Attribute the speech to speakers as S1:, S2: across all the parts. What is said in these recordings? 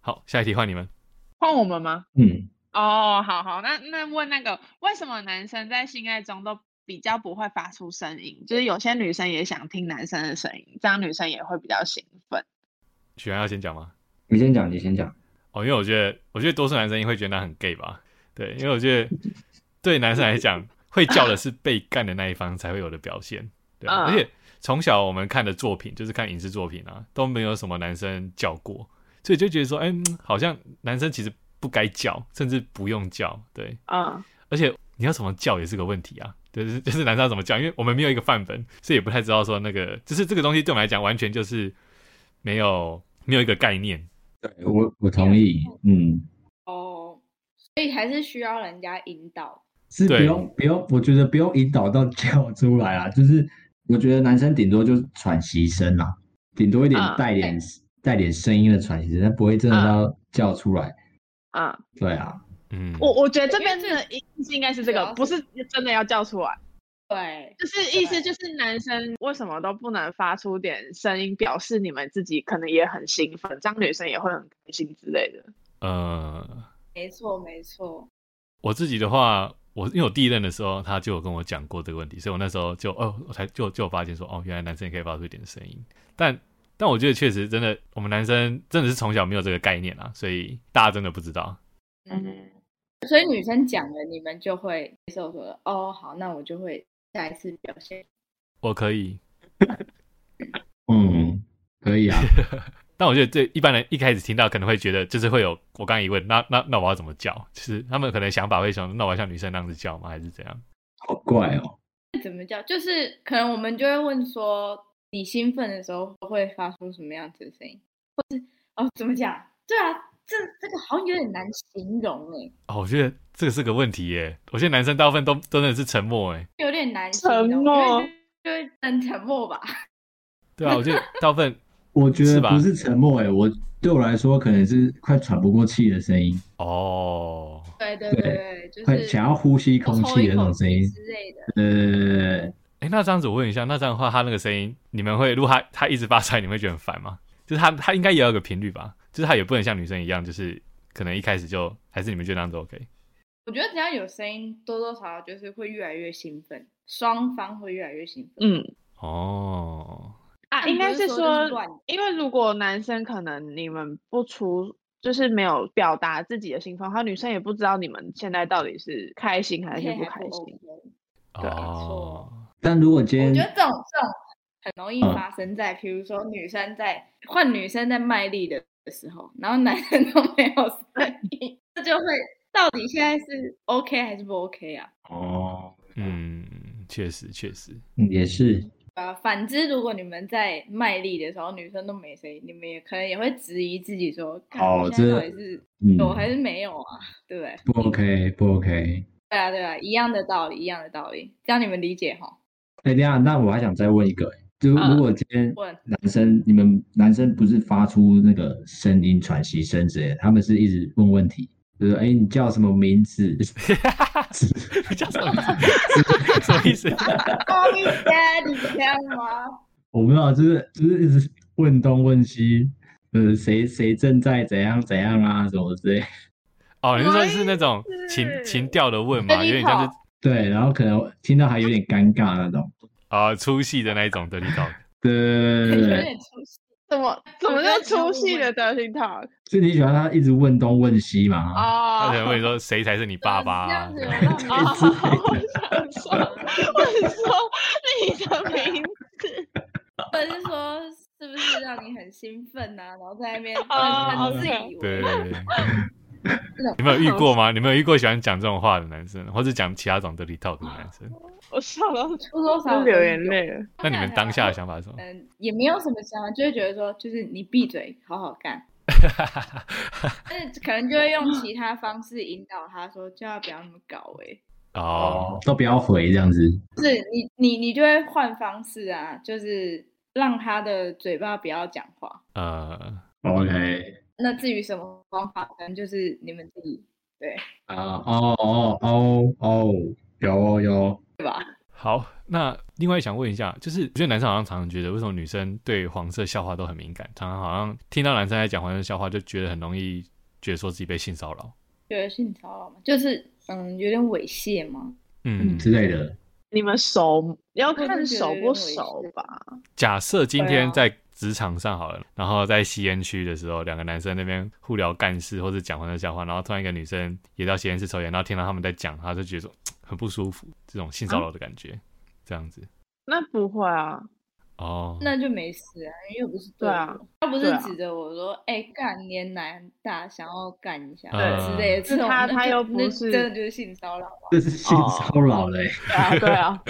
S1: 好，下一题换你们。
S2: 换我们吗？
S3: 嗯，
S2: 哦，好好，那那问那个，为什么男生在性爱中都比较不会发出声音？就是有些女生也想听男生的声音，这样女生也会比较兴奋。
S1: 许安要先讲吗？
S3: 你先讲，你先讲。
S1: 哦，因为我觉得，我觉得多数男生会觉得那很 gay 吧？对，因为我觉得对男生来讲，会叫的是被干的那一方才会有的表现，对、啊
S2: 嗯
S1: 而且从小我们看的作品，就是看影视作品啊，都没有什么男生叫过，所以就觉得说，哎、嗯好像男生其实不该叫，甚至不用叫，对。
S2: 嗯，
S1: 而且你要怎么叫也是个问题啊， 就是就是男生要怎么叫，因为我们没有一个范本，所以也不太知道说那个，就是这个东西对我们来讲完全就是没有没有一个概念，
S3: 对哎我我同意，嗯，
S4: 哦，所以还是需要人家引导。
S3: 是不
S1: 对
S3: 用不用，我觉得不用引导到 叫出来啊，就是我觉得男生顶多就是喘息声啦，顶多一点
S4: 啊
S2: 嗯
S3: 带点、带点声音的喘息声，但不会真的
S2: 嗯
S3: 要叫出来。
S2: 啊、
S3: 对啊，
S1: 嗯，
S2: 我我觉得这
S4: 因为
S2: 边
S4: 这
S2: 的意思应该是这
S4: 主
S2: 个，
S4: 要
S2: 不
S4: 是
S2: 是真的要叫出来，
S4: 对，
S2: 就是意思
S4: 对
S2: 就是男生为什么都不能发出点声音，表示你们自己可能也很兴奋，这样女生也会很开心之类的。
S1: 呃，
S4: 没错没错。
S1: 我自己的话，我因为我第一任的时候，他就有跟我讲过这个问题，所以我那时候就哦，我才就就有发现说，哦，原来男生也可以发出一点声音，但但我觉得确实真的，我们男生真的是从小没有这个概念啊，所以大家真的不知道。
S4: 嗯，所以女生讲了，你们就会接受说，哦，好，那我就会下一次表现。
S1: 我可以，
S3: 嗯，可 以啊，
S1: 但我觉得这一般人一开始听到可能会觉得，就是会有我刚刚一问，那那那我要怎么叫？就是他们可能想法会想，那我要像女生那样子叫吗？还是怎样？
S3: 好怪哦。
S4: 怎么叫？就是可能我们就会问说，你兴奋的时候会发出什么样子的声音，或是哦，怎么讲？对啊，这这个好像有点难形容哎、
S1: 哦，我觉得这个是个问题耶。我觉得男生大部分都真的是沉默哎。
S4: 有点难形
S2: 沉
S4: 容，因
S2: 默
S4: 为就就会很沉默吧。
S1: 对啊，我觉得大部分
S3: 我觉
S1: 是
S3: 得
S1: 吧
S3: 不是沉默、欸，我对我来说可能是快喘不过气的声音，
S1: 哦，
S4: 对对
S3: 对
S4: 对，就
S3: 快
S4: 是
S3: 想要呼吸
S4: 多
S3: 空
S4: 抽
S3: 气
S4: 一
S3: 的那
S4: 口
S3: 种声
S4: 气
S3: 音。
S4: 之类的。
S3: 呃，
S1: 哎，那这样子我问一下，那这样的话，他那个声音，你们会如果他他一直发出来，你们会觉得很烦吗？就是他他应该也有个频率吧？就是他也不能像女生一样，就是可能一开始就还是你们就那样子 OK。
S4: 我觉得只要有声音，多多少少就是会越来越兴奋，双方会越来越兴奋。
S2: 嗯
S1: 哦，
S2: 啊，
S4: 但
S2: 应
S4: 不
S2: 该
S4: 是说就是
S2: 说
S4: 乱
S2: 因为如果男生可能你们不出，就是没有表达自己的兴奋，他女生也不知道你们现在到底是开心还是
S4: 配
S2: 不
S4: 还
S2: 开
S4: 不
S2: 心。
S4: OK。对
S2: 啊
S1: 哦，
S3: 但如果今
S4: 我
S3: 天
S4: 觉得这种这种很容易
S3: 嗯
S4: 发生在，比、如说女生在换女生在卖力的时候，然后男生 都没有声音，这就会到底现在是 OK 还是不 OK 啊？
S3: 哦，
S1: 嗯，确实确 实，
S3: 嗯也是，
S4: 呃，反之，如果你们在卖力的时候，女生都没声音，你们也可能也会质疑自己说，看
S3: 哦
S4: 我现在
S3: 这
S4: 到底是
S3: 嗯，
S4: 有还是没有啊？对不对？
S3: 不 OK，不 OK。
S4: 对啊，对啊，一样的道理，一样的道理，这样你们理解哈？
S3: 哎、等一下，那我还想再问一个、欸，就
S2: 嗯
S3: 如果今天
S4: 问
S3: 男生，你们男生不是发出那个声音、喘息声之类的，他们是一直问问题，就是哎、欸你叫什么名字？
S1: 叫什么？什么意思？
S4: 哦，你家你这样吗？
S3: 我不知道，就是就是一直问东问西，呃，谁谁正在怎样怎样啊，什么之类。
S1: 哦，你是说是那种
S2: 什么意
S1: 情
S2: 思
S1: 情调的问嘛，
S4: 对
S1: 有点像是
S4: 立
S3: 对，然后可能听到还有点尴尬那种。
S1: 啊、出戏的那一种的你懂？
S3: 对对对对
S4: 有
S2: 哎
S3: 对对，
S4: 点出戏。
S2: 怎么怎
S4: 我
S2: 么
S4: 觉得
S2: 就
S4: 比较
S2: 出
S4: 误
S2: 戏
S4: 会
S2: 了 Dirty Talk
S3: 所以你喜欢他一直问东问西嘛？
S4: 啊
S1: 他可能
S2: 哦，
S1: 问你说谁才是你爸爸、啊
S4: 这？样子有让
S2: 哦，我
S4: 你
S3: 之类的
S2: 想说，我说你的名字，
S4: 或者是说，是不是让你很兴奋啊呐、然后在那边
S2: 哦
S4: 很自
S2: ，OK
S4: 以
S1: 对
S4: 为，，啊
S1: 你们有遇过吗？你们有遇过喜欢讲这种话的男生，或者讲其他种 dirty talk 的男生？
S2: 我笑到
S4: 多多少少
S2: 都
S4: 都
S2: 流眼
S4: 有。
S2: 泪了。
S1: 那你们当下的想法是什么？
S4: 嗯，也没有什么想法，就会觉得说，就是你闭嘴，好好干。但是可能就会用其他方式引导他说，就要不要那么搞哎、欸。
S1: 哦，，
S3: 都不要回这样子。
S4: 是你你你就会换方式啊，就是让他的嘴巴不要讲话。
S1: 呃，
S3: OK，
S4: 那至于什么方法，可能就是你们自己
S3: 啊，哦哦哦哦，有哦有，
S1: 好，那另外想问一下，就是我觉得男生好像常常觉得，为什么女生对黄色笑话都很敏感？常常好像听到男生在讲黄色笑话，就觉得很容易觉得说自己被性骚扰。
S4: 觉得性骚扰吗？就是嗯，有点猥亵吗？
S1: 嗯，
S2: 嗯
S3: 之类的。
S2: 你们熟要
S4: 我
S2: 看
S4: 是觉
S2: 熟
S4: 得有
S2: 不
S4: 点猥
S2: 熟
S4: 亵
S2: 吧？
S1: 假设今
S4: 对
S1: 天
S4: 啊
S1: 在职场上好了，然后在吸烟区的时候，两个男生那边互聊干事或者讲黄色笑话，然后突然一个女生也到吸烟室抽烟，然后听到他们在讲，她就觉得说嘖很不舒服，这种性骚扰的感
S4: 嗯
S1: 觉，这样子
S2: 那不会啊，
S1: 哦。
S4: 那就没事啊，因为又不是
S2: 对啊
S4: 我，他不
S2: 对
S4: 是
S2: 啊
S4: 指着我说，哎、干你男大，想要干一下
S1: 对
S4: 之类的，这
S2: 是
S4: 种
S2: 他
S4: 那
S2: 他
S4: 就
S2: 又不
S4: 那
S2: 是
S4: 真的就是性骚扰啊。
S3: 这是性骚扰嘞、
S2: 对啊，对啊，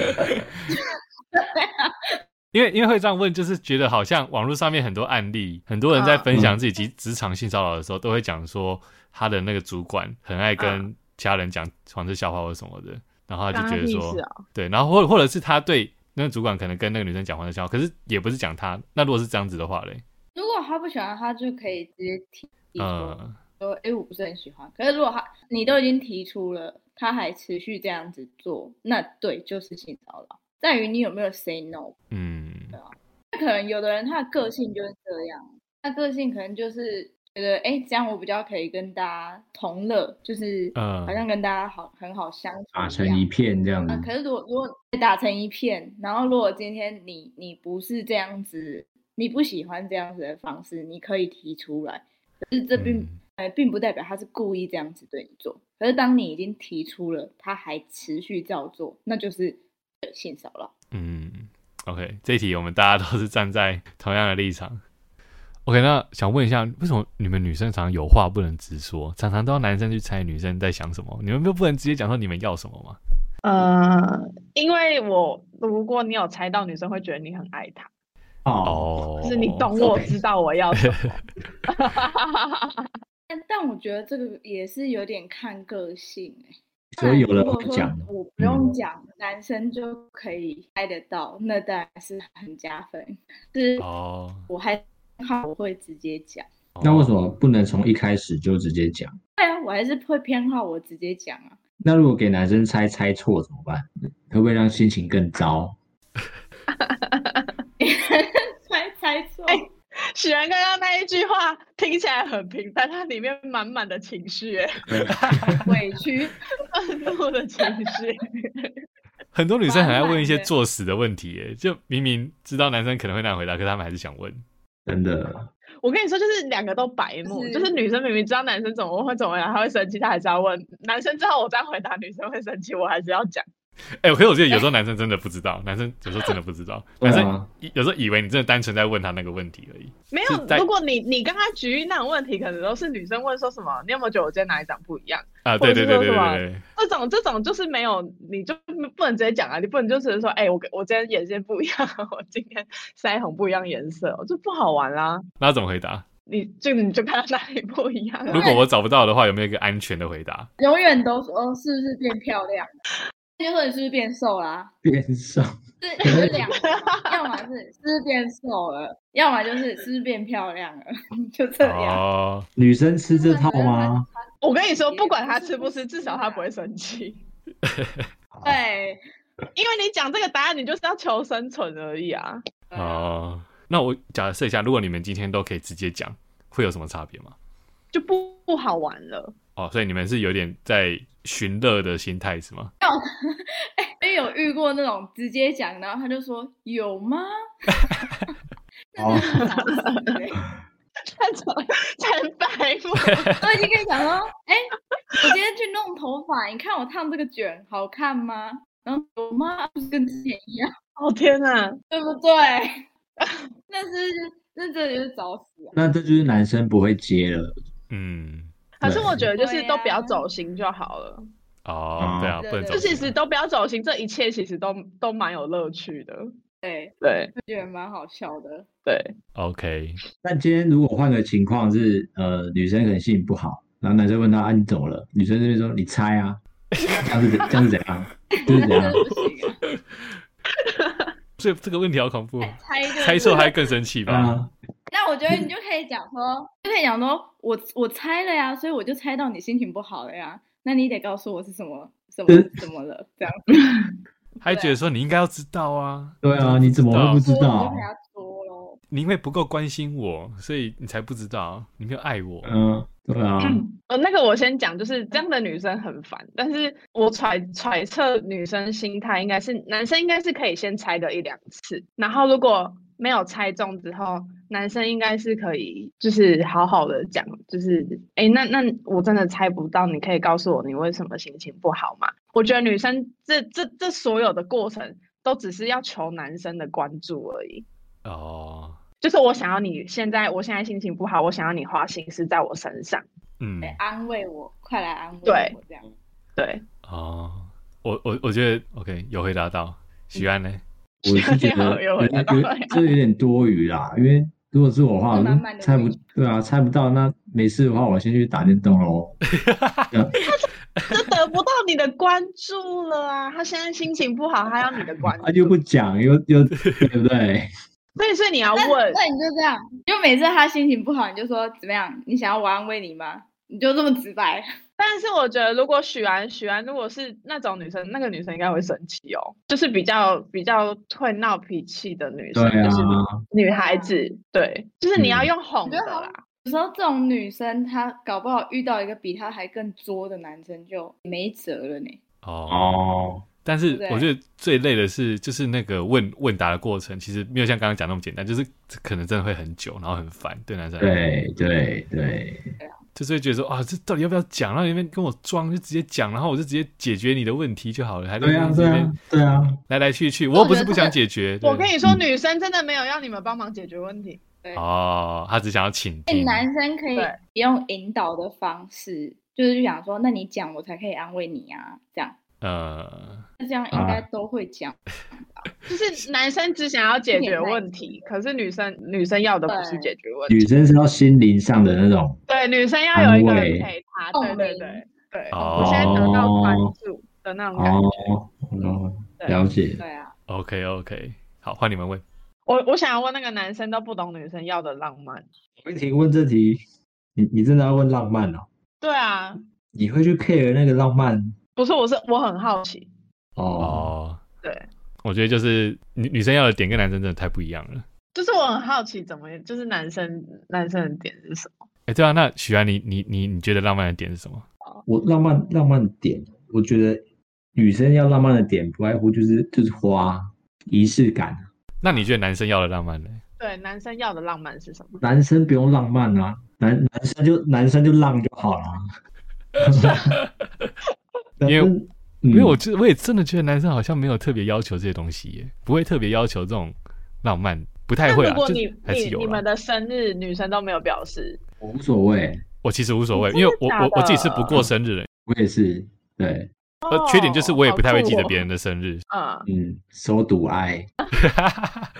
S1: 因为因为会这样问，就是觉得好像网络上面很多案例，很多人在分享自己职职场性骚扰的时候，都会讲说他的那个主管很爱
S4: 啊
S1: 跟其他人讲黄色笑话或什么的，然后他就
S2: 关
S1: 觉
S2: 他
S1: 得
S2: 屁
S1: 说
S2: 事，啊！
S1: 对，然后或或者是他对那个主管可能跟那个女生讲黄色笑话，可是也不是讲他。那如果是这样子的话嘞，
S4: 如果他不喜欢，他就可以直接提提出、
S1: 嗯
S4: 说，哎、我不是很喜欢。可是如果他你都已经提出了，他还持续这样子做，那对，就是性骚扰，在于你有没有 say no
S1: 嗯
S4: 那可能有的人他的个性就是这样，他个性可能就是觉得，哎、这样我比较可以跟大家同乐，就是
S1: 嗯
S4: 好像跟大家好很好相处
S3: 打
S4: 一
S3: 成
S4: 样
S3: 一。片这样子
S4: 啊、。可是如果如果打成一片，然后如果今天你你不是这样子，你不喜欢这样子的方式，你可以提出来。可是这并、
S1: 嗯
S4: 呃并不代表他是故意这样子对你做。可是当你已经提出了，他还持续照做，那就是呃性骚扰。
S1: 嗯，OK，这一题我们大家都是站在同样的立场。OK，那想问一下，为什么你们女生常常有话不能直说，常常都要男生去猜女生在想什么？你们就不能直接讲说你们要什么吗？
S2: 呃，因为我如果你有猜到，女生会觉得你很爱她，
S3: 哦，
S1: 哦，
S2: 就是你懂我，知道我要 什么。
S4: 但但我觉得这个也是有点看个性哎、
S3: 所以有
S4: 如
S3: 了
S4: 果
S3: 我
S4: 说
S3: 讲，
S4: 我不用
S3: 嗯
S4: 讲，男生就可以猜得到，那当然是很加分。是
S1: 哦，
S4: 我还好，我会直接讲。
S3: 那为什么不能从一开始就直接讲？
S4: 对啊，我还是会偏好我直接讲啊。
S3: 那如果给男生猜猜错怎么办？会不会让心情更糟？
S4: 猜猜错，
S2: 哎许然刚刚那一句话听起来很平，但它里面满满的情绪，哎
S4: 委屈。
S2: 愤怒的情绪。
S1: 很多女生很爱问一些
S4: 满满的
S1: 作死的问题耶，就明明知道男生可能会那样回答，可是他们还是想问。
S3: 真的，
S2: 我跟你说，就是两个都白目，就是
S4: 是
S2: 女生明明知道男生怎么问会怎么样，她会生气，她还是要问；男生知道我这样回答，女生会生气，我还是要讲。
S1: 哎、可是我觉得有时候男生真的不知道，男生有时候真的不知道，
S3: 对
S1: 男
S3: 啊
S1: 生以有时候以为你真的单纯在问他那个问题而已。
S2: 没
S1: 是在
S2: 有，如果你你刚刚举例那种问题，可能都是女生问说什么，你有没有觉得我今天哪里长不一样？
S1: 啊，
S2: 或
S1: 对
S2: 者
S1: 对
S2: 是
S1: 对对
S2: 说
S1: 对
S2: 什么
S1: 对，
S2: 这种这种就是没有，你就不能直接讲啊，你不能就是说，哎、我跟我今天眼线不一样，我今天腮红不一样颜色，这不好玩啦、
S1: 那怎么回答？
S2: 你就你就看到哪里不一样、
S1: 如
S2: 啊，
S1: 果我找不到的话，有没有一个安全的回答？
S4: 永远都说哦是不是变漂亮了，又或者是不是变瘦啦、
S3: 变瘦，
S4: 这这两个，要么是是不是变瘦了，要么就是是不是变漂亮了， 就这样。
S1: 哦，
S3: 女生吃这套吗？
S2: 我跟你说，不管他吃不啊吃，至少他不会生气，
S4: 对，
S2: 因为你讲这个答案，你就是要求生存而已啊。
S4: 对啊
S1: 哦，那我假设一下，如果你们今天都可以直接讲，会有什么差别吗？
S2: 就不不好玩了，
S1: 哦，所以你们是有点在寻乐的心态是吗？
S4: 因为有遇过那种直接讲，然后他就说有吗？
S3: 哦，
S4: 我
S2: 那种很白 目。
S4: 已经跟你讲说，哎、我今天去弄头发，你看我烫这个卷好看吗？然后有吗？不是跟之前一样，
S2: 哦天哪，
S4: 对不对？ 那是那真的就是找死啊！
S3: 那这就是男生不会接了。
S1: 嗯，
S2: 可是我觉得就是
S4: 对
S2: 都不要
S4: 啊
S2: 走心就好了，
S1: 哦
S3: 哦，
S1: 对啊，
S4: 对
S1: 不能
S4: 对
S1: 走
S2: 就
S4: 对
S1: 心。
S2: 其实都不要走心，这一切其实都都蛮有乐趣的。
S4: 对，
S2: 对
S4: 就觉得蛮好笑的。
S2: 对，
S1: OK，
S3: 但今天如果换个情况是，呃，女生可能心情不好，然后男生问她啊你怎么了？女生这边说你猜啊，这样是怎这样是怎样？就是怎
S4: 真的
S3: 样？
S4: 不行啊！
S1: 所以这个问题好恐怖，哦
S4: 猜
S2: 哎
S4: 就
S1: 猜
S4: 是
S1: 错还更生气吧？
S3: 啊，
S4: 那我觉得你就可以讲说，就可以讲说，我我猜了呀，所以我就猜到你心情不好了呀。那你得告诉我是什么什么
S3: 嗯
S4: 怎么了，这样
S1: 还觉得说你应该要知道啊，
S3: 对啊，你怎么会不知
S4: 我
S3: 道
S4: 就？要说喽。
S1: 你因为不够关心我，所以你才不知道，你没有爱我。
S3: 嗯，对 啊，
S2: 呃，那个我先讲，就是这样的女生很烦，但是我揣揣测女生心态应该是男生应该是可以先猜个一两次，然后如果没有猜中之后，男生应该是可以就是好好的讲，就是哎，诶那那我真的猜不到，你可以告诉我你为什么心情不好吗？我觉得女生这这这所有的过程都只是要求男生的关注而已。
S1: 哦，
S2: 就是我想要你现在，我现在心情不好，我想要你花心思在我身上。
S1: 嗯
S4: 对，，安慰我，快来安慰
S2: 对
S4: 我，这样。
S2: 对，
S1: 哦，我我我觉得 OK，有回答到。许安呢？
S3: 我是 觉
S2: 有
S3: 得
S2: 有
S3: 有
S2: 回答
S4: 哦
S3: 点
S2: 到
S3: 有
S2: 了
S3: 这有点多余啦，因为如果是我的话，
S4: 就
S3: 我
S4: 满满的
S3: 猜不
S4: 追求
S3: 对啊，猜不到那没事的话，我先去打电动喽。
S2: 就得不到你的关注了啊！他现在心情不好，他要你的关
S3: 啊，又不讲，又又对不对？
S2: 所以，所以你要问
S4: 那，你就这样，你就每次他心情不好，你就说怎么样？你想要我安慰你吗？你就这么直白。
S2: 但是我觉得，如果许安，许安如果是那种女生，那个女生应该会生气哦，就是比较比较会闹脾气的女生，
S3: 对啊
S2: 就是女孩子，对，就是你要
S3: 嗯
S2: 用哄
S4: 觉
S2: 的
S4: 得好
S2: 啦。
S4: 有时候这种女生，她搞不好遇到一个比她还更作的男生，就没辙了呢。
S1: 哦，
S3: 哦，
S1: 但是
S4: 对
S1: 我觉得最累的是，就是那个问问答的过程，其实没有像刚刚讲那么简单，就是可能真的会很久，然后很烦，对男生来说
S3: 对对对，
S1: 就是会觉得说啊，这到底要不要讲？然后你们跟我装，就直接讲，然后我就直接解决你的问题就好了，还在
S3: 对啊
S1: 那
S3: 对
S1: 边
S3: 啊对啊，
S1: 来来去去，我
S4: 我
S1: 又不
S4: 觉
S1: 是
S4: 得
S1: 不
S4: 他
S1: 想
S4: 们
S1: 解决。
S2: 我
S1: 对
S2: 跟你说，
S3: 嗯
S2: 女生真的没有要你们帮忙解决问题。
S4: 对，
S1: 哦，他只想要倾
S4: 所以
S1: 听。
S4: 哎男生可以
S2: 对
S4: 用引导的方式，就是想说，那你讲我才可以安慰你啊，这样。
S1: 呃，
S4: 这样应
S3: 啊
S4: 该都会讲，
S2: 就是男生只想要解
S4: 点
S2: 决
S4: 耐
S2: 问题，可是女生女生要的不是
S4: 对
S2: 解决问
S3: 女
S2: 题，
S3: 生是要心灵上的那种，
S2: 对，女生要有一个
S3: 安
S2: 人
S3: 慰
S2: 陪她，
S4: 共
S2: 对对
S4: 鸣
S2: 对对，
S1: 哦
S2: 我现在得到关注的那种感觉。
S3: 哦，哦，
S2: 对
S3: 了解，
S4: 对啊，
S1: OK OK，好，换你们问。
S2: 我我想要问那个男生都不懂女生要的浪漫，
S3: 问题问这题，你你真的要问浪漫哦？
S2: 对啊，
S3: 你会去 care 那个浪漫
S2: 不是，我是我很好奇，
S3: 哦？
S1: 哦，
S2: 对，
S1: 我觉得就是女女生要的点跟男生真的太不一样了。
S2: 就是我很好奇怎么，就是男生男生的点是什么？
S1: 哎，对啊，那许安，你你你你觉得浪漫的点是什么？
S3: 我浪漫浪漫的点，我觉得女生要浪漫的点，不外乎就是就是花仪式感。
S1: 那你觉得男生要的浪漫呢？
S2: 对，男生要的浪漫是什么？
S3: 男生不用浪漫啊，男男生就男生就浪就好了。
S1: 因为
S3: 男生
S1: 因为我
S3: 嗯
S1: 觉我也真的觉得男生好像没有特别要求这些东西耶，不会特别要求这种浪漫，不太
S2: 那
S1: 会
S2: 如
S1: 啊，
S2: 果
S1: 就
S2: 你
S1: 是还是
S2: 你
S1: 有
S2: 你
S1: 啦
S2: 们的生日女生都没有表示，
S3: 我无所谓，
S1: 我其实无所谓，
S2: 真的
S1: 因为我
S2: 假的
S1: 我我自己是不过生日的，
S3: 我也是对，
S2: 哦
S1: 呃，缺点就是我也不太会记得别
S2: 人。
S1: 人的生日，
S2: 嗯，
S3: 嗯，手堵哀，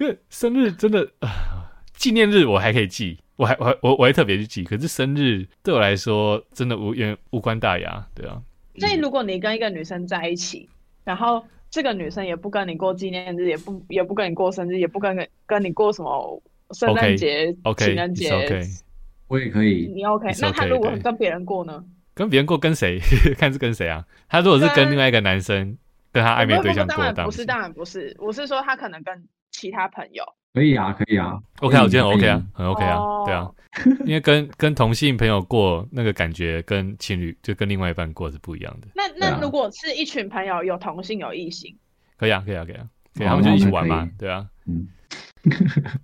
S1: 因为生日真的啊，纪、念日我还可以记，我还我还我我还特别去记，可是生日对我来说真的无缘无关大雅，对啊，
S2: 所以
S3: 嗯
S2: 如果你跟一个女生在一起，然后这个女生也不跟你过纪念日，也不也不跟你过生日，也不跟跟你过什么圣诞节、
S1: OK，
S2: 情人节
S1: it's OK，
S3: 我也可以，
S2: 你 OK？
S1: It's
S2: 那她
S1: OK，
S2: 如果
S1: 对
S2: 跟别人过呢？
S1: 跟别人过跟谁 看是跟谁啊？他如果是
S2: 跟
S1: 跟另外一个男生，跟他暧昧
S2: 不
S1: 对
S2: 不不
S1: 象过，
S2: 当然
S1: 当
S2: 不
S1: 然
S2: 是，当然不是，我是说她可能跟其他朋友。
S3: 可以啊，可以啊
S1: OK 啊，我觉得很
S3: 嗯
S1: OK 啊，很 OK 啊，
S2: 哦
S1: 对啊，因为跟 跟同性朋友过那个感觉，跟情侣就跟另外一半过是不一样的。
S2: 那
S3: 对
S2: 那
S3: 啊
S2: 如果是一群朋友，有同性有异性，
S1: 可以啊，可以啊，可以啊，可以，
S3: 哦
S1: 他们就一起玩
S3: 那
S1: 嘛
S3: 可以，
S1: 对啊，
S3: 嗯，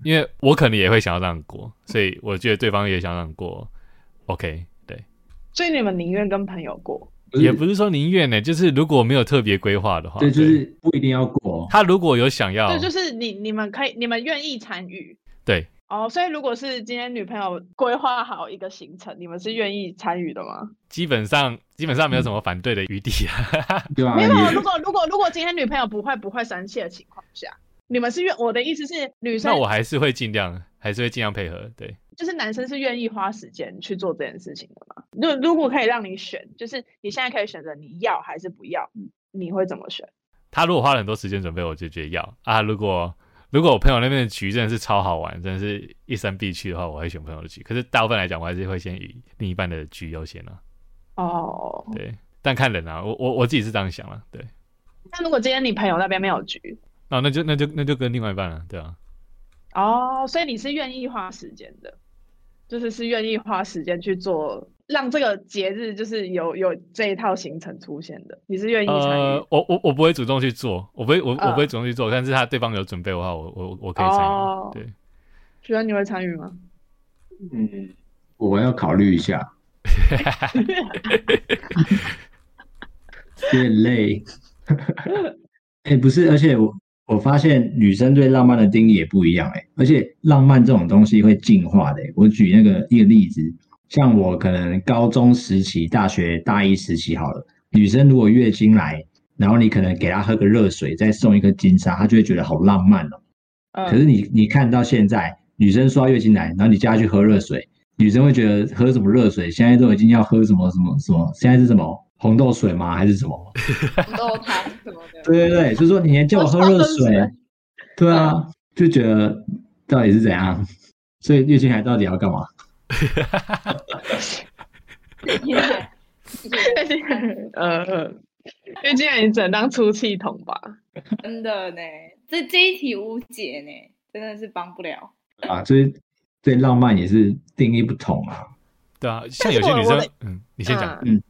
S1: 因为我可能也会想要让过，所以我觉得对方也想让过，OK，对，
S2: 所以你们宁愿跟朋友过。
S1: 也不是说宁愿呢，就是如果没有特别规划的话，
S3: 对，就是不一定要过哦，
S1: 他如果有想要
S2: 对，，就是你你们可以，你们愿意参与。
S1: 对，
S2: 哦，所以如果是今天女朋友规划好一个行程，你们是愿意参与的吗？
S1: 基本上基本
S3: 嗯
S1: 上没有什么反对的余地啊，
S3: 对啊，
S2: 没有，
S3: 也
S2: 如果如果如果今天女朋友不会不会生气的情况下，你们是愿我的意思是女
S1: 那
S2: 生
S1: 我还是会尽量，还是会尽量配合，对，
S2: 就是男生是愿意花时间去做这件事情的吗？如如果可以让你选，就是你现在可以选择你要还是不要，你会怎么选？
S1: 他如果花了很多时间准备，我就觉得要啊，如果。如果我朋友那边的局真的是超好玩，真的是一生必去的话，我会选朋友的局。可是大部分来讲，我还是会先以另一半的局优先啊。
S2: 哦，
S1: 对，但看人啊，我我我自己是这样想了，对，
S2: 那如果今天你朋友那边没有局，
S1: 啊，那就那就那就跟另外一半了，对啊，
S2: 哦，所以你是愿意花时间的，就是是愿意花时间去做，让这个节日就是有有这一套行程出现的，你是愿意参与
S1: 呃，我我我不会主动去做，我不会我我
S2: 嗯
S1: 不会主动去做，但是他对方有准备的话，我我我我可以参与，
S2: 哦
S1: 对，
S2: 觉得你会参与吗？
S3: 嗯，我要考虑一下，有点累。 哎、不是，而且我我发现女生对浪漫的定义也不一样哎、而且浪漫这种东西会进化的、欸。我举那个一个例子，像我可能高中时期、大学大一时期好了，女生如果月经来，然后你可能给她喝个热水，再送一个金沙，她就会觉得好浪漫哦、可是
S2: 嗯，
S3: 你你看到现在，女生说她月经来，然后你叫她去喝热水，女生会觉得喝什么热水？现在都已经要喝什么什么什么？现在是什么红豆水吗？还是什么？
S4: 红豆汤什么的。
S3: 对对对，就是说你连叫我喝热
S2: 我超
S3: 水
S2: 生，
S3: 对啊，就觉得到底是怎样？所以月经来到底要干嘛？
S2: 呃呃，因为既然你只能当出气筒吧，
S4: 真的呢，这这一题无解呢，真的是帮不了。
S3: 啊，所以对浪漫也是定义不同啊。
S1: 对啊，像
S2: 但是
S1: 有些
S2: 我
S1: 女
S2: 我
S1: 生
S2: 的，
S1: 嗯，你先讲，
S3: 嗯，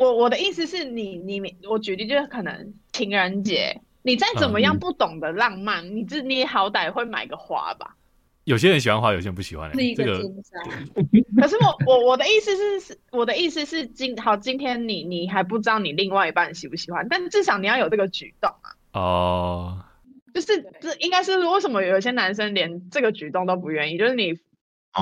S2: 我我的意思是你你没我举例就是可能情人节，你再怎么
S3: 嗯
S2: 样不懂得浪漫，你自你也好歹会买个花吧。
S1: 有些人喜欢花，有些人不喜欢、欸
S4: 是一
S1: 这
S4: 个
S1: 个
S4: 金山，
S2: 可是我 我我的意思是是，我的意思是今好今天你你还不知道你另外一半喜不喜欢，但至少你要有这个举动啊。
S1: 哦、
S2: 就是
S4: 对
S2: 这应该是为什么有一些男生连这个举动都不愿意，就是你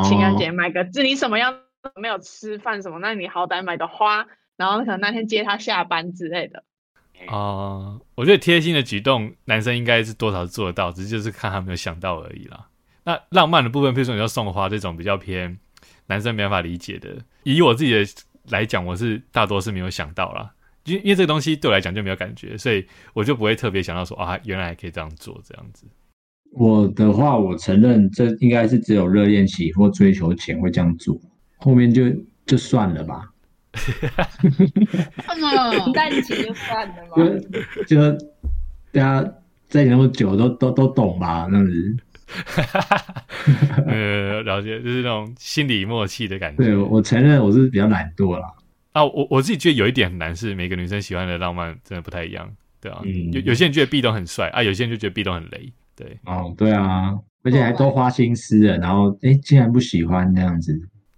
S2: 情人
S3: 哦
S2: 节买个，你什么样都没有吃饭什么，那你好歹买个花，然后可能那天接他下班之类的。
S1: 哦，我觉得贴心的举动，男生应该是多少做得到，只是就是看他有没有想到而已啦。那浪漫的部分，譬如说你要送花这种比较偏男生没办法理解的，以我自己的来讲，我是大多是没有想到啦，因为因为这个东西对我来讲就没有感觉，所以我就不会特别想到说啊，原来还可以这样做这样子。
S3: 我的话，我承认这应该是只有热恋期或追求前会这样做，后面就就算了吧。
S4: 平
S2: 哦
S4: 淡期就算了 嘛。
S3: 就就大家在一起那么久都都都懂吧，那样子。
S1: 呃，了解，就是那种心理默契的感觉。
S3: 对，我承认我是比较懒惰啦。
S1: 啊，我我自己觉得有一点很难，是每个女生喜欢的浪漫真的不太一样，对啊，
S3: 嗯
S1: 有有些人觉得壁咚很帅啊，有些人就觉得壁咚很雷，对，
S3: 哦，对啊，而且还多花心思了，然后哎、诶竟然不喜欢这样子。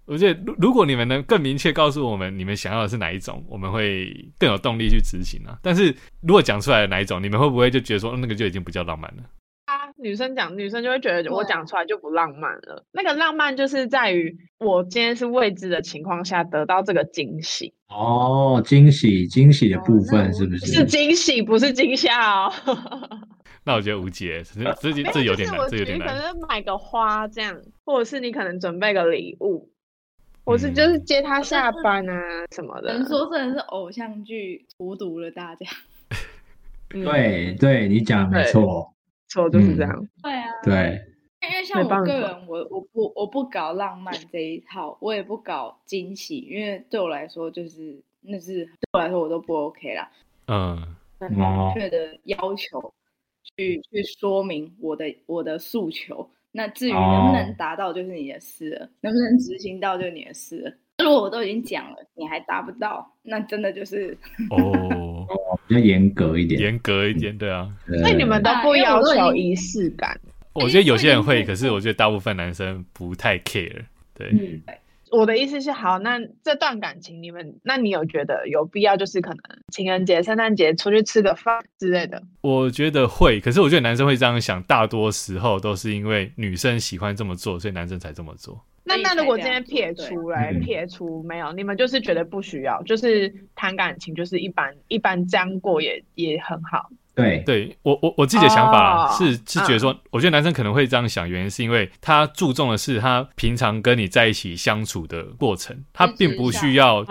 S1: 我觉得如如果你们能更明确告诉我们你们想要的是哪一种，我们会更有动力去执行啊。但是如果讲出来的哪一种，你们会不会就觉得说嗯那个就已经不叫浪漫了？
S2: 啊，女生讲，女生就会觉得我
S4: 对
S2: 讲出来就不浪漫了。那个浪漫就是在于我今天是未知的情况下得到这个惊喜，
S3: 哦，惊喜惊喜的部分是不是？
S2: 是惊喜，不是惊吓哦。
S1: 那我觉得无解，这这
S2: 没
S1: 这有点
S2: 就是
S1: 难
S2: 我，
S1: 这有点
S2: 举例可
S1: 难。
S2: 能买个花这样，或者是你可能准备个礼物，我是就是
S1: 嗯
S2: 接他下
S4: 是
S2: 班啊什么的。
S4: 能说真的是偶像剧荼毒了大家。
S2: 嗯
S3: 对对，你讲得没错，
S2: 错就是这
S3: 嗯
S2: 样。
S4: 对啊，
S3: 对，
S4: 因为像
S2: 没
S4: 我
S2: 办
S4: 个
S2: 法
S4: 人，我我不我不搞浪漫这一套，我也不搞惊喜，因为对我来说就是那是对我来说我都不 OK 啦。
S1: 嗯，
S4: 很
S3: 哦
S4: 明确的要求去去说明我的我的诉求。那至于能不能
S3: 哦
S4: 达到，就是你的事了；能不能执行到，就是你的事了。如果我都已经讲了，你还达不到，那真的就是
S1: 哦，
S3: 比较严格一点。
S1: 严格一点，对啊。
S3: 对
S2: 所以你们都
S4: 对
S2: 不
S4: 因为
S2: 要
S4: 我都已
S2: 求
S4: 经
S2: 仪式感，
S1: 我觉得有些人
S4: 因
S1: 会，
S4: 为
S1: 可是我觉得大部分男生不太 care，对。
S3: 嗯
S2: 我的意思是，好，那这段感情你们，那你有觉得有必要，就是可能情人节、圣诞节出去吃个饭之类的？
S1: 我觉得会，可是我觉得男生会这样想，大多时候都是因为女生喜欢这么做，所以男生才这么做。
S2: 那
S4: 所以
S2: 那
S4: 才
S2: 如果
S4: 这
S2: 今天
S4: 样
S2: 撇
S4: 做对
S2: 除来
S3: 嗯
S2: 撇除没有，你们就是觉得不需要，就是谈感情就是一般一般这样过也也很好。
S3: 对
S1: 对我我我自己的想法啦，
S2: 哦
S1: 是是觉得说，我觉得男生可能会这样想，原因是因为他注重的是他平常跟你在一起相处的过程，他
S2: 嗯
S1: 并不需要
S2: 哦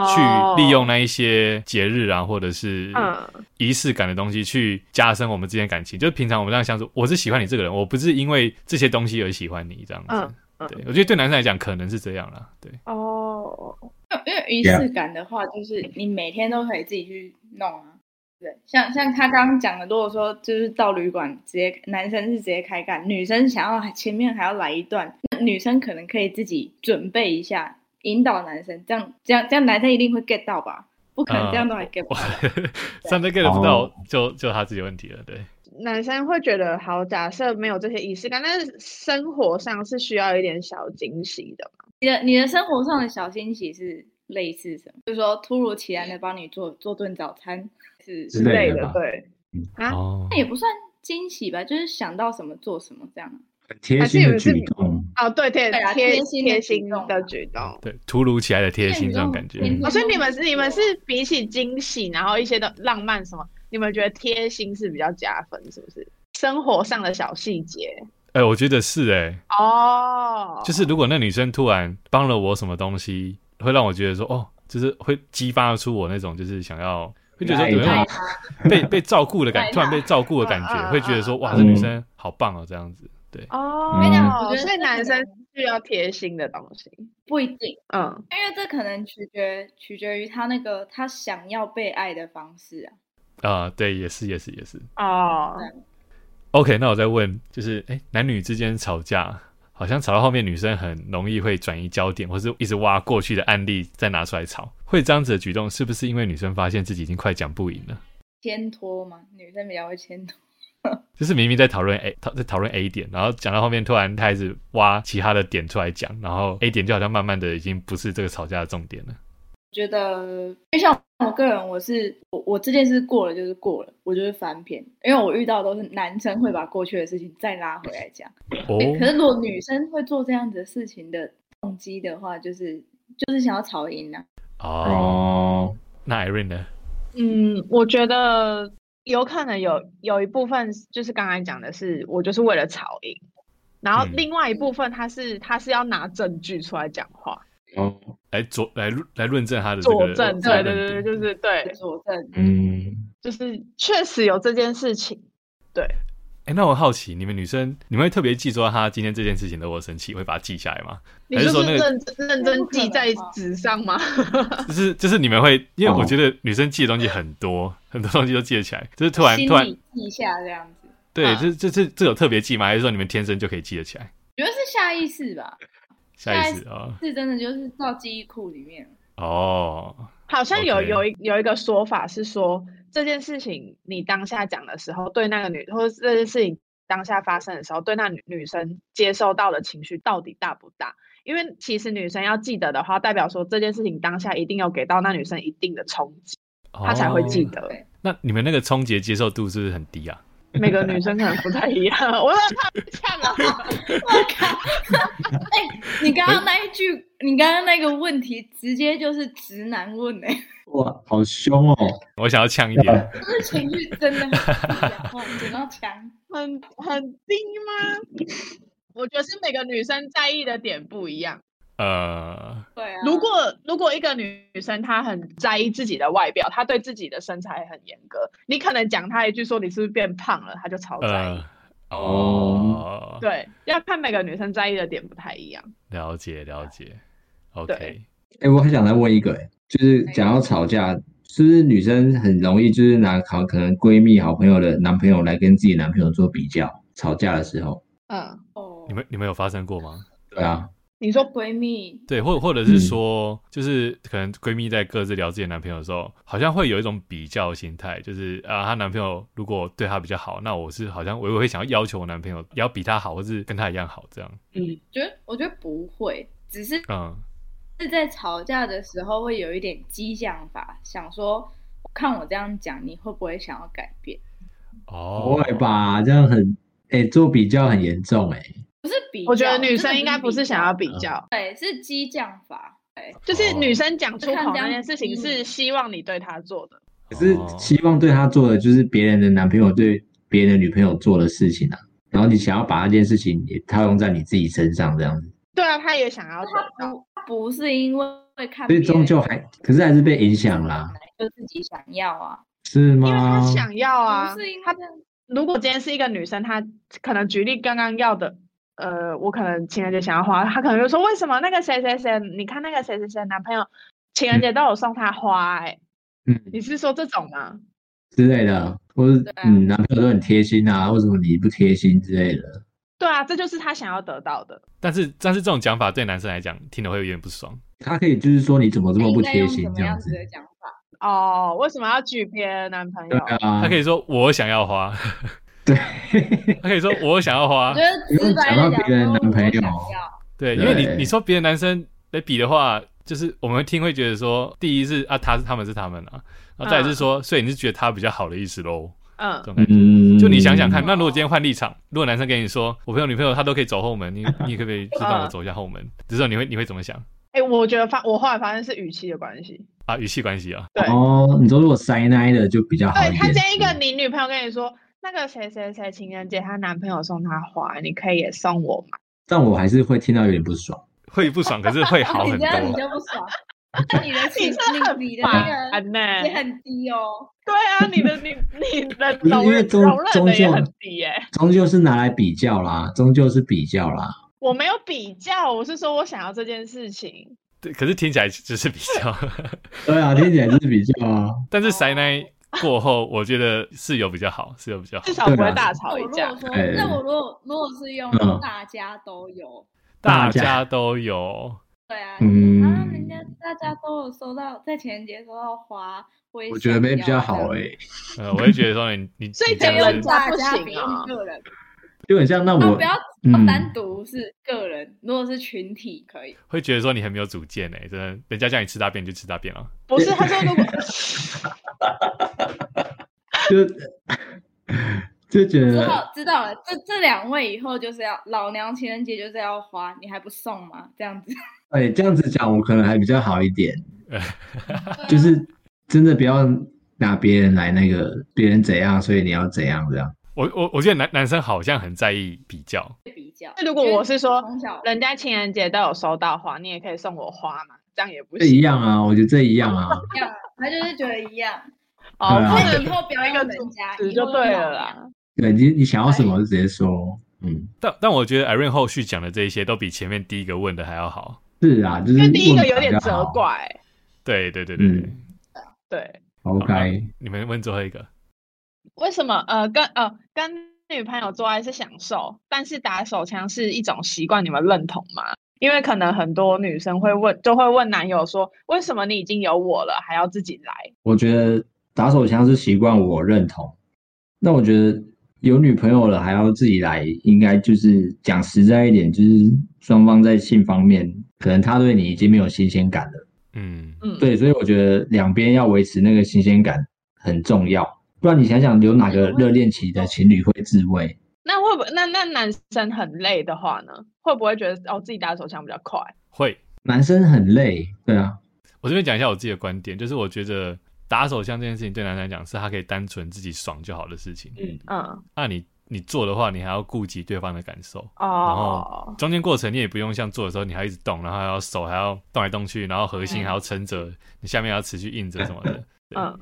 S1: 去利用那一些节日啊，或者是
S2: 嗯，
S1: 仪式感的东西去加深我们之间的感情。就是平常我们这样相处，我是喜欢你这个人，我不是因为这些东西而喜欢你这样子
S2: 嗯。嗯
S1: 对，我觉得对男生来讲可能是这样啦。对，
S2: 哦，
S4: 因为因为仪
S3: Yeah
S4: 式感的话，就是你每天都可以自己去弄啊。对，像像他刚刚讲的，如果说就是到旅馆直接男生是直接开干，女生想要还前面还要来一段，那女生可能可以自己准备一下，引导男生，这样这样这样男生一定会 get 到吧？不可能这样都还 get 不
S1: 哇
S4: 到。
S1: 上次 get 不到
S3: 哦，
S1: 就就他自己的问题了。对，
S2: 男生会觉得好，假设没有这些仪式感，但是生活上是需要一点小惊喜的嘛。
S4: 你的你的生活上的小惊喜是类似什么？就是说突如其来的帮你做做顿早餐是，
S3: 之类的
S2: 的
S3: 吧，
S2: 对，啊
S1: 哦
S4: 那也不算惊喜吧，就是想到什么做什么这样。
S3: 很贴心的举动，
S2: 哦，对对
S4: 对啊，
S2: 贴
S4: 贴心的
S2: 贴
S4: 举
S2: 心
S4: 动
S2: 的
S4: 啊
S2: 举动。
S1: 对，突如其来的贴心这种感觉，
S4: 那你
S2: 哦，
S4: 用
S2: 所以你们是你们
S4: 嗯
S2: 是比起惊喜，然后一些的浪漫什么，你们觉得贴心是比较加分，是不是？生活上的小细节
S1: 哎、我觉得是哎、
S2: 哦，
S1: 就是如果那女生突然帮了我什么东西，会让我觉得说，哦，就是会激发出我那种就是想要，会觉得说怎么
S3: 爱
S1: 样被被照顾 的
S4: 爱
S1: 感，
S4: 她
S1: 突然被照顾的感
S2: 嗯嗯
S1: 觉，
S2: 嗯
S1: 会觉得说，
S2: 嗯
S1: 哇，
S3: 嗯
S1: 这女生好棒哦，这样子。对，
S2: 哦
S3: 我跟你讲
S4: 我觉得
S2: 所以
S4: 这
S2: 男
S4: 个
S2: 生需要贴心的东西，
S4: 不一定，
S2: 嗯，
S4: 因为这可能取决取决于他那个他想要被爱的方式啊。
S1: 啊、对，也是，也是，也是。
S2: 哦，
S1: OK，那我再问，就是，哎、男女之间吵架，好像吵到后面，女生很容易会转移焦点，或是一直挖过去的案例再拿出来吵，会这样子的举动，是不是因为女生发现自己已经快讲不赢了？
S4: 牵拖嘛，女生比较会牵拖。
S1: 就是明明在讨论 A，讨在讨论 A 点，然后讲到后面突然开始挖其他的点出来讲，然后 A 点就好像慢慢的已经不是这个吵架的重点了。
S4: 觉得，因为像我个人，我是我我这件事过了就是过了，我就是翻篇，因为我遇到都是男生会把过去的事情再拉回来讲。
S1: 哦，
S4: 可是如果女生会做这样子的事情的动机的话，就是就是想要吵赢啊。
S1: 哦，
S3: 哦，
S1: 那 Irene 呢？
S2: 嗯，我觉得有可能有有一部分就是刚才讲的是，我就是为了吵赢，然后
S1: 嗯
S2: 另外一部分他是他是要拿证据出来讲话，
S3: 哦，
S1: 来佐来论来论证他的这
S2: 佐
S1: 个哦
S2: 证，
S1: 这个
S2: 对
S1: 论
S2: 对对
S1: 点
S2: 对，就是对，
S4: 佐证，
S3: 嗯，
S2: 就是确实有这件事情。
S1: 哎、那我很好奇，你们女生，你们会特别记住他今天这件事情惹我生气，会把它记下来吗？
S2: 你
S1: 还
S2: 就是
S1: 说那
S2: 是
S1: 个
S2: 认真认真记在
S4: 不可能吧
S2: 纸上吗？
S1: 就是就是你们会，因为
S3: 哦
S1: 我觉得女生记的东西很多，很多东西都记得起来， 就是突然
S4: 心
S1: 突然
S4: 里记一下这样子，
S1: 对，
S2: 啊
S1: 这这这这有特别记吗？还是说你们天生就可以记得起来？
S4: 我觉得是下意识吧，
S1: 下意
S4: 下意
S1: 识啊、
S4: 是真的就是到记忆库里面。
S1: 哦，哦，
S2: 好像有
S1: OK
S2: 有一有一个说法是说，这件事情你当下讲的时候，对那个女，或者是这件事情当下发生的时候，对那女女生接受到的情绪到底大不大？因为其实女生要记得的话，代表说这件事情当下一定有给到那女生一定的冲击，她才会记
S1: 哦
S2: 得。
S4: 对
S1: 那你们那个冲击的接受度是不是很低啊？
S2: 每个女生可能不太一样， 我要看了。
S4: 我靠！哎、你刚刚那一句，你刚刚那个问题，直接就是直男问哎、
S3: 哇，好凶哦，
S1: 我想要呛一点，
S4: 就是情绪真的很低 啊，哇，
S2: 哦
S4: 整到墙。
S2: 很很低吗？ 我觉得是每个女生在意的点不一样。
S1: 呃，
S4: 对啊，
S2: 如果如果一个女生她很在意自己的外表，她对自己的身材很严格，你可能讲她一句说你是不是变胖了，她就超在意。
S1: 呃，哦，
S2: 对，要看每个女生在意的点不太一样。
S1: 了解了解
S2: 对
S1: ，OK，
S3: 哎，我还想再问一个，哎，就是讲到吵架，是不是女生很容易就是拿好可能闺蜜、好朋友的男朋友来跟自己男朋友做比较？吵架的时候，
S2: 嗯，
S4: 哦
S1: 你们你们有发生过吗？
S3: 对啊，
S2: 你
S4: 说
S2: 说
S4: 闺蜜，
S1: 对，或或者
S3: 嗯
S1: 是说，就是可能闺蜜在各自聊自己的男朋友的时候，好像会有一种比较心态，就是啊，她男朋友如果对她比较好，那我是好像我也会想要要求我男朋友也要比她好，或是跟她一样好这样。
S4: 觉得我觉得不会，只是
S1: 嗯，
S4: 是在吵架的时候会有一点激将法，想说看我这样讲，你会不会想要改变？
S1: 哦，
S3: 不会？吧？这样很，哎，做比较很严重，哎，
S4: 不是比较，
S2: 我觉得女
S4: 真
S2: 生
S4: 的
S2: 应该不是想要比较，
S4: 对，是激将法。对，
S3: 啊
S2: 就是女生讲出
S4: 看
S2: 口那
S4: 这样嗯
S2: 件事情
S4: 子
S2: 是希望你对她做的。
S3: 可是希望对他做的就是别人的男朋友对别人的女朋友做的事情啊，然后你想要把那件事情也套用在你自己身上这样子，
S2: 对啊，她也想要得
S4: 她
S2: 到。
S4: 不她不是因为
S3: 所
S4: 看别
S3: 以
S4: 人，
S3: 终究还，可是还是被影响啦，，
S4: 就自己想要啊，
S3: 是
S2: 因为她
S3: 吗？
S2: 想要啊，
S4: 不是因为
S2: 她
S4: 这样
S2: 如果今天是一个女生，她可能举例刚刚要的，呃，我可能情人节想要花，她可能就说为什么那个谁谁谁，你看那个谁谁谁的男朋友情人节都有送她花、欸，哎、
S3: 嗯，
S2: 你是说这种吗？
S3: 之类的，或是、
S4: 对啊
S3: 嗯男朋友都很贴心啊，为什么你不贴心之类的？
S2: 对啊，这就是他想要得到的。
S1: 但是但是这种讲法对男生来讲听了会有点不爽。
S3: 他可以就是说你怎么这么不
S4: 哎应该
S3: 贴
S4: 用
S3: 心
S4: 什么
S3: 这
S4: 样
S3: 子
S4: 子，的讲法？
S2: 哦，为什么要举别人男朋
S3: 对
S2: 友？
S3: 啊，
S1: 他可
S3: 以
S1: 以说我想要花，
S3: 对，
S1: 他可以说我想要
S3: 啊
S1: 花
S4: 我觉，得直白
S3: 不用讲到
S4: 的
S3: 别人
S4: 说
S3: 男朋友
S4: 我想要
S1: 对，因为
S3: 对
S1: 你你说别的男生来比的话，就是我们会听会觉得说，第一是啊他是他们是他们啊，然后再来是说，所以你是觉得他比较好的意思喽，
S2: 嗯
S1: 这，种感觉。
S3: 嗯，
S1: 就你想想看，
S4: 嗯
S1: 那如果今天换立场，如果男生跟你说我朋友女朋友她都可以走后门，你 你也可不可以就让我走一下后门？只是你会你会怎么想
S2: 哎、我觉得发我后来发现是语气的关系。
S1: 啊？语气关系啊，
S2: 对
S3: 哦，你说如果塞奶的就比较好一
S2: 对
S3: 点，嗯
S2: 他见一个你女朋友跟你说，那个谁谁谁情人节她男朋友送她花，你可以也送我吗？
S3: 但我还是会听到有点不爽。
S1: 会不爽，可是会好
S4: 你
S1: 很
S4: 这样你
S1: 多。
S4: 就不 爽，那你的 情你你的那个
S2: 烦呢、
S4: 也很低哦。
S2: 对啊，你的你 你的
S3: 不是
S2: 容
S3: 因为
S2: 忍
S3: 终
S2: 容忍
S3: 终
S2: 的也
S3: 究
S2: 很低耶、
S3: 终究是拿来比较啦，终究是比较啦。
S2: 我没有比较，我是说我想要这件事情。
S1: 对，可是听起来就是比较，
S3: 对啊，听起来就是比较啊。
S1: 但是塞奶过后，我觉得是有比较好，是有比较好
S2: 至。少不
S3: 对
S2: 会
S3: 啊
S2: 大
S4: 那我
S2: 吵一
S4: 哦如
S2: 架
S4: 果。说，
S3: 哎
S4: 那我如果如果是用
S3: 嗯
S4: 大家都有，
S1: 大
S3: 大家
S1: 家都有，
S4: 对啊，
S3: 嗯
S4: 啊，人家大家都有收到，在情人节收到花，我也
S3: 我觉得没比较好
S4: 哎、
S3: 哎、
S1: 呃，我会觉得说你你，
S2: 所以
S1: 你这
S4: 不
S1: 样
S4: 用
S1: 子
S2: 整
S4: 大
S2: 不
S4: 家，
S2: 行
S4: 不用
S2: 啊
S4: 个人，
S3: 就很像那
S4: 啊，
S3: 我
S4: 不要
S3: 嗯
S4: 单独是个人，如果是群体可以。
S1: 会觉得说你很没有主见哎、真的，人家叫你吃大便你就吃大便了。
S2: 不是，他说 如果
S3: 就 就觉
S4: 之
S3: 得
S4: 后知道了，这这两位以后就是要老娘情人节就是要花，你还不送吗？这样子，
S3: 哎、这样子讲我可能还比较好一点，就
S4: 对啊
S3: 是真的不要拿别人来那个别人怎样，所以你要怎样这样。
S1: 我我我觉得男男生好像很在意比较，
S4: 比较。
S2: 那如果我是说
S4: 从小
S2: 人家情人节都有收到花，你也可以送我花嘛，这样也不
S3: 这一
S2: 行。
S3: 样啊，我觉得这一样啊。
S4: 一样，他就是觉得一样，
S2: 哦，
S3: 对啊
S2: 不
S4: 那
S2: 能
S4: 以后不要
S2: 那
S4: 用
S2: 个
S4: 人家，
S2: 指
S4: 以
S2: 就
S4: 后
S2: 对
S4: 用
S2: 了
S4: 老娘
S2: 啦。
S3: 对你你想要什么就直接说，嗯，
S1: 但但我觉得 Irene 后续讲的这一些都比前面第一个问的还要好。
S3: 是啊，就是
S2: 因为第一
S3: 问啊
S2: 个
S3: 法
S2: 有点
S3: 比较
S2: 责
S3: 好。
S2: 怪，
S1: 对对对对对，
S3: 嗯
S2: 对，
S1: 好那
S3: OK，
S1: 你们问最后一个，
S2: 为什么呃跟呃跟女朋友做爱是享受，但是打手枪是一种习惯，你们认同吗？因为可能很多女生会问，就会问男友说，为什么你已经有我了，还要自己来？
S3: 我觉得打手枪是习惯，我认同。那我觉得有女朋友了还要自己来，应该就是讲实在一点，就是双方在性方面，可能他对你已经没有新鲜感了。
S1: 嗯，
S2: 嗯，
S3: 对，所以我觉得两边要维持那个新鲜感很重要。不然你想想，有哪个热恋期的情侣会自慰？
S2: 那会不那那男生很累的话呢，会不会觉得哦自己打手枪比较快？
S1: 会。
S3: 男生很累，对啊，
S1: 我这边讲一下我自己的观点，就是我觉得打手枪这件事情对男生来讲是他可以单纯自己爽就好的事情。
S3: 嗯
S2: 嗯，
S1: 那你你做的话，你还要顾及对方的感受。
S2: 哦，
S1: 中间过程你也不用像做的时候你还一直动，然后还要手还要动来动去，然后核心还要撑着，你下面还要持续硬着什么的。对
S2: 嗯，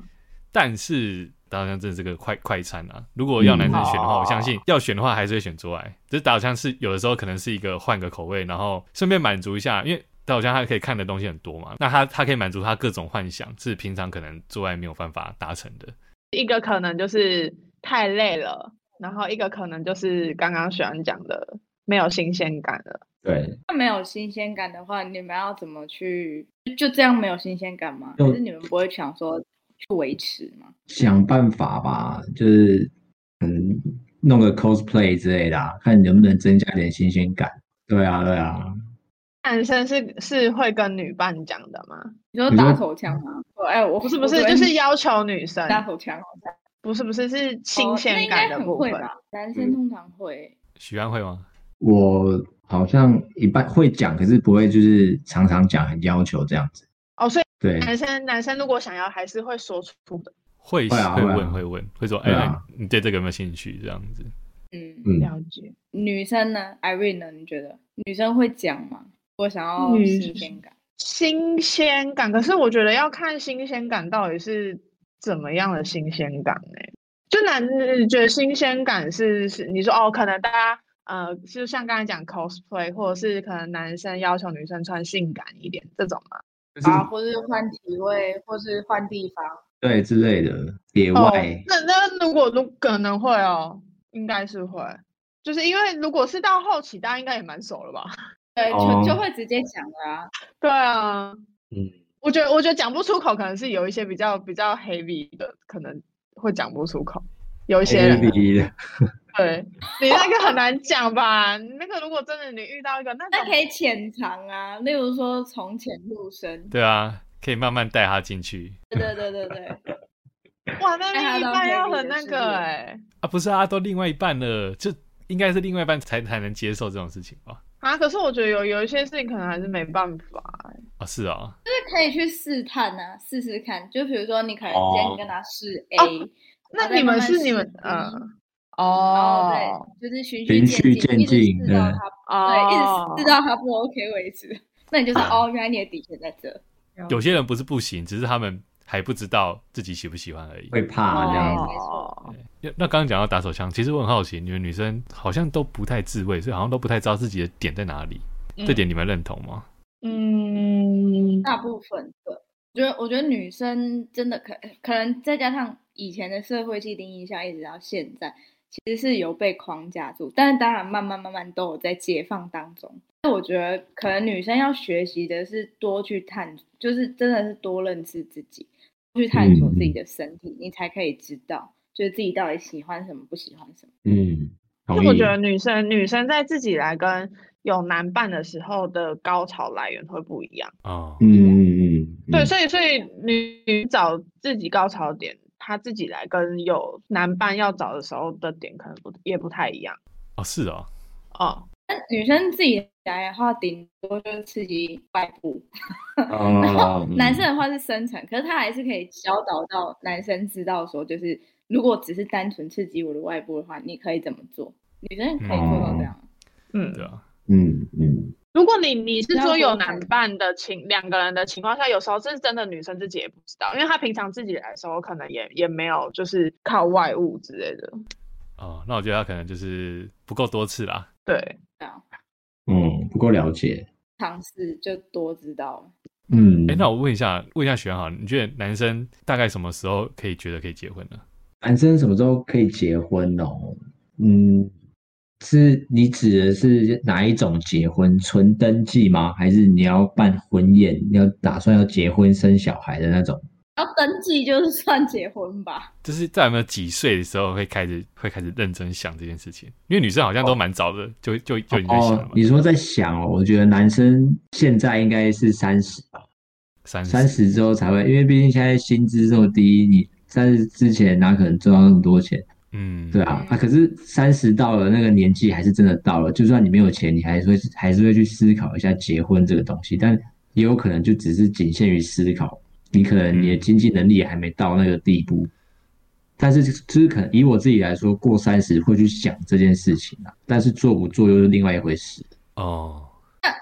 S1: 但是打手枪真的是个快快餐啊！如果要男生选的话，
S2: 嗯
S1: 我相信要选的话还是会选做爱。只是打手枪是有的时候可能是一个换个口味，然后顺便满足一下，因为打手枪它可以看的东西很多嘛，那它它可以满足他各种幻想，是平常可能做爱没有办法达成的。
S2: 一个可能就是太累了，然后一个可能就是刚刚雪安讲的没有新鲜感了。
S3: 对，
S4: 那没有新鲜感的话，你们要怎么去？就这样没有新鲜感吗？
S3: 就
S4: 可是你们不会想说去维持吗？
S3: 想办法吧，就是嗯，弄个 cosplay 之类的、啊，看能不能增加点新鲜感。对啊，对啊。
S2: 男生是是会跟女伴讲的吗？
S4: 你说
S3: 你说
S4: 打手枪吗？说哎，我
S2: 不
S4: 不
S2: 是不是，就是要求女生，
S4: 打手枪，
S2: 不是不是是新
S4: 哦那
S2: 鲜
S4: 应该
S2: 感的
S4: 很
S2: 部
S4: 会
S2: 分。
S4: 吧？男生通常会，
S1: 许安会吗？
S3: 我好像一般会讲，可是不会就是常常讲，很要求这样子。
S2: 哦，所以
S3: 对，
S2: 男生男生如果想要，还是会说出的。
S1: 会
S3: 会啊
S1: 会
S3: 会啊
S1: 问会问会说，哎、
S3: 对啊
S1: 你对这个有没有兴趣？这样子，
S4: 嗯，
S3: 嗯，
S2: 了解。
S4: 女生呢？Irene 呢？你觉得女生会讲吗？我想要
S2: 女
S4: 新鲜感，
S2: 新鲜感，可是我觉得要看新鲜感到底是怎么样的新鲜感呢、就男呃觉得新鲜感是是你说哦，可能大家呃，就像刚才讲 cosplay，或者是可能男生要求女生穿性感一点这种嘛。
S3: 就是
S4: 啊，或是换体位，或是换地方。
S3: 对之类的，野外，
S2: 哦那那如果如可能会哦，应该是会，就是因为如果是到后期，大家应该也蛮熟了吧？
S4: 对，
S3: 哦
S4: 就就会直接讲了啊。
S2: 对啊，
S3: 嗯，
S2: 我觉得我觉得讲不出口，可能是有一些比较比较 heavy 的，可能会讲不出口。有一些人
S3: AV 的，
S2: 对你那个很难讲吧？你那个如果真的你遇到一个那
S4: 那
S2: 种
S4: 可以潜藏啊，例如说从浅入深。
S1: 对啊，可以慢慢带他进去
S4: 对对对对对，
S2: 哇，那
S4: 带他
S2: 另一
S4: 到
S2: 半要
S4: heavy
S2: 很
S4: 的
S2: 那
S4: 世
S2: 个
S4: 界
S2: 哎、
S1: 啊，不是啊，都另外一半了，就应该是另外一半才才能接受这种事情吧？
S2: 啊，可是我觉得有有一些事情可能还是没办法欸、
S1: 啊，是啊，
S4: 就是可以去试探啊，试试看。就比如说，你可能
S3: 哦
S4: 今天跟他试 A，、
S2: 哦那
S4: 然后再
S2: 你们
S4: 慢慢
S2: 是你
S4: 试
S2: 们
S4: B
S2: 嗯
S4: 哦，
S2: 哦
S4: 对，就是循
S3: 循序
S4: 序
S3: 渐
S4: 一直
S3: 进
S4: 试到
S3: 对
S4: 他，
S2: 嗯
S4: 对，
S2: 哦，啊
S4: 一直试到他不 OK 为止。 那你就是哦，原来你的底线在这。
S1: 有些人不是不行，只是他们还不知道自己喜不喜欢而已。
S3: 会怕啊这样子。
S2: 哦
S1: 那那刚刚讲到打手枪，其实我很好奇，你们女生好像都不太自慰，所以好像都不太知道自己的点在哪里。
S3: 嗯
S1: 这点你们认同吗？
S2: 嗯，
S4: 大部分对，我觉得我觉得女生真的可可能再加上以前的社会既定印象，一直到现在，其实是有被框架住，但是当然慢慢慢慢都有在解放当中。那我觉得可能女生要学习的是多去探，就是真的是多认识自己，去探索自己的身体，你才可以知道。就是自己到底喜欢什么，不喜欢什么。
S3: 嗯，
S2: 就
S3: 同意。
S2: 我觉得女生女生在自己来跟有男伴的时候的高潮来源会不一样，
S1: 哦，
S3: 嗯嗯嗯，嗯
S2: 对，所以所以女女找自己高潮点，她自己来跟有男伴要找的时候的点可能不也不太一样
S1: 哦，是哦，
S2: 哦，
S4: 但女生自己来的话，顶多就是刺激外部，然后
S3: 哦，
S4: 男生的话是深层，可是他还是可以教导到男生知道说，就是如果只是单纯刺激我的外部的话，你可以怎么做？女生可以做到这样，
S3: 哦
S2: 嗯，
S1: 对啊，
S3: 嗯嗯，
S2: 如果你你是
S4: 那要
S2: 说有
S4: 多看
S2: 男伴的情两个人的情况下，有时候是真的女生自己也不知道，因为她平常自己来的时候，可能也也没有就是靠外物之类的。
S1: 哦，那我觉得他可能就是不够多次啦。
S2: 对，
S4: 这样
S3: 嗯，不够了解。
S4: 啊尝试就多知道了。
S3: 嗯，
S1: 哎、那我问一下，问一下许安好，你觉得男生大概什么时候可以觉得可以结婚呢？
S3: 男生什么时候可以结婚哦？嗯，是你指的是哪一种结婚？纯登记吗？还是你要办婚宴？你要打算要结婚生小孩的那种？
S4: 要登记就是算结婚吧？
S1: 就是在有没有几岁的时候会开始会开始认真想这件事情？因为女生好像都蛮早的，就就就已经在想了
S3: 哦
S1: 嘛，
S3: 你。说在想哦？我觉得男生现在应该是三十吧，
S1: 三
S3: 三十之后才会，因为毕竟现在薪资这么低，你三十之前哪可能赚到那么多钱？
S1: 嗯，
S3: 对啊，啊，可是三十到了那个年纪，还是真的到了。就算你没有钱，你还是会还是会去思考一下结婚这个东西，但也有可能就只是仅限于思考。你可能你的经济能力也还没到那个地步，但是就是可能以我自己来说，过三十会去想这件事情啊，但是做不做又是另外一回事。
S1: 哦，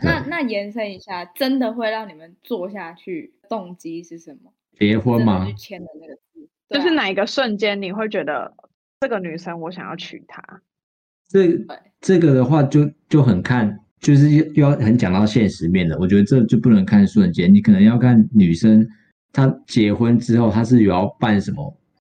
S4: 那那那延伸一下，真的会让你们做下去动机是什么？
S3: 结婚
S4: 真
S3: 嘛
S4: 的去，签的那个字，对
S2: 就
S4: 啊
S2: 是哪一个瞬间你会觉得这个女生我想要娶她？
S3: 这
S4: 对
S3: 这个的话就就很看，就是又要很讲到现实面的。我觉得这就不能看瞬间，你可能要看女生她结婚之后，她是有要办什么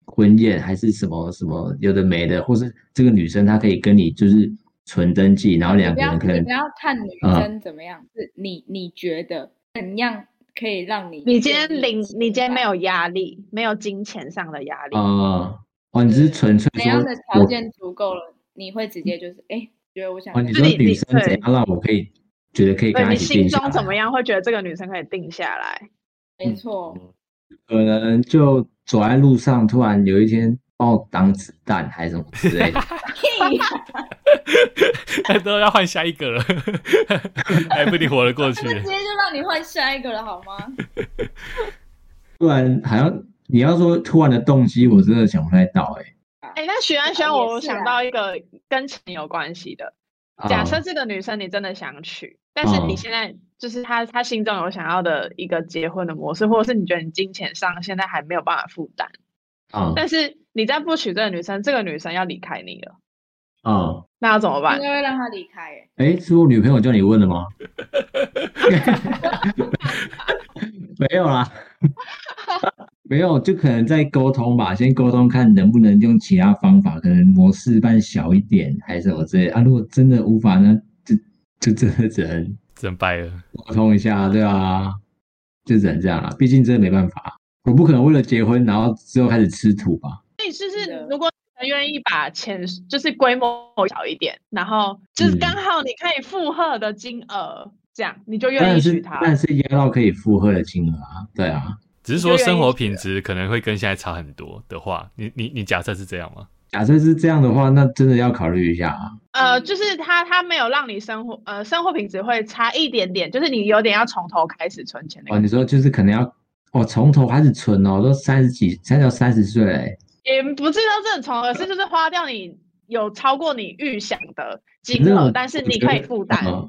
S3: 婚宴，还是什么什么有的没的，或是这个女生她可以跟你就是纯登记，然后两
S4: 不
S3: 个
S4: 要
S3: 人可能
S4: 你不要看女
S3: 嗯
S4: 生怎么样，是你你觉得怎样可以让你
S2: 你今天
S4: 愿意
S2: 领，你今天没
S4: 期待
S2: 有压力，没有金钱上的压力。
S3: 啊、哦，你只是纯粹
S4: 怎
S3: 说
S4: 样的条
S3: 我
S4: 件足够了，你会直接就是哎、诶觉得我想
S3: 哦，你
S4: 跟
S3: 说
S2: 你
S3: 女
S2: 你
S3: 生
S2: 对
S3: 怎样让我可以觉得可以
S2: 对
S3: 跟她
S2: 你
S3: 一起定
S2: 心
S3: 下
S2: 中
S3: 来
S2: 怎么样会觉得这个女生可以定下来？
S4: 没
S3: 嗯
S4: 错，
S3: 可能就走在路上，突然有一天把我挡子弹还是什么之类的，
S4: 屁
S1: 都要换下一个了，还不一定活得过去
S4: 那。直接就让你换下一个了好吗？
S3: 突然好像你要说突然的动机，我真的想不太到哎、
S2: 哎，那许安
S4: 啊
S2: 许安，
S4: 也
S2: 我
S4: 是
S2: 想
S4: 啊
S2: 到一个跟钱有关系的，
S3: 啊
S2: 假设这个女生你真的想娶，但是
S3: 嗯
S2: 你现在就是她她心中有想要的一个结婚的模式，或者是你觉得你金钱上现在还没有办法负担，
S3: 啊
S2: 但是你再不娶这个女生，这个女生要离开你了，
S3: 啊，
S2: 那要怎么办
S4: 应？该会让他离开、诶
S3: 哎、是我女朋友叫你问的吗？ 没有啦， 没有，就可能在沟通吧，先沟通看能不能用其他方法，可能模式办小一点，还是什么之类的啊。如果真的无法呢，就就真的只能
S1: 真掰了，
S3: 沟通一下，对啊，就只能这样了。毕竟真的没办法，我不可能为了结婚，然后之后开始吃土吧。
S2: 所以就是是
S4: 的，
S2: 如果你愿意把钱就是规模小一点，然后就是
S3: 嗯
S2: 刚好你可以负荷的金额，这样你就
S3: 当
S2: 愿
S3: 然
S2: 意
S3: 是
S2: 娶她
S3: 当。然是压到可以负荷的金额啊，对啊。
S1: 只是说生活品质可能会跟现在差很多的话，你你你假设是这样吗？
S3: 假设是这样的话，那真的要考虑一下啊。
S2: 呃，就是他他没有让你生活呃生活品质会差一点点，就是你有点要从头开始存钱的
S3: 哦，
S2: 感觉，
S3: 你说就是可能要哦，从头开始存哦，都三十几，三到三十岁嘞、
S2: 也不是说正从，而是就是花掉你有超过你预想的金
S3: 那
S2: 额
S3: 我，
S2: 但是
S3: 我
S2: 你
S3: 觉
S2: 可以
S3: 得
S2: 负担，
S3: 呃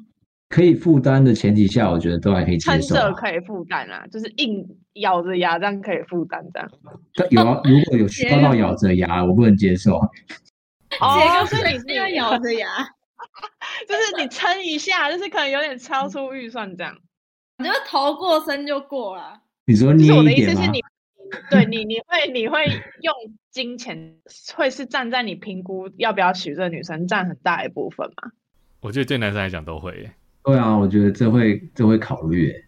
S3: 可以负担的前提下，我觉得都还可以接
S2: 撑
S3: 受、
S2: 着
S3: 啊。
S2: 可以负担啊，就是硬咬着牙这样可以负担这样。
S3: 但 有啊，如果有需要到咬着牙，我不能接受。啊
S2: 哦，所以你是
S4: 要咬着牙。
S2: 就是你撑一下，就是可能有点超出预算这样。
S4: 你就头过身就过 了，
S3: 你说
S2: 就是
S3: 捏
S2: 我的
S3: 一
S2: 意思
S3: 点
S2: 是
S3: 啊
S1: 啊
S3: 吗
S2: 你？，对你你会你会用金钱会是占在你评估要不要娶这个女生占很大一部分嘛？
S1: 我觉得对男生来讲都会耶，
S3: 对啊，我觉得这会这会考虑、欸。
S1: 对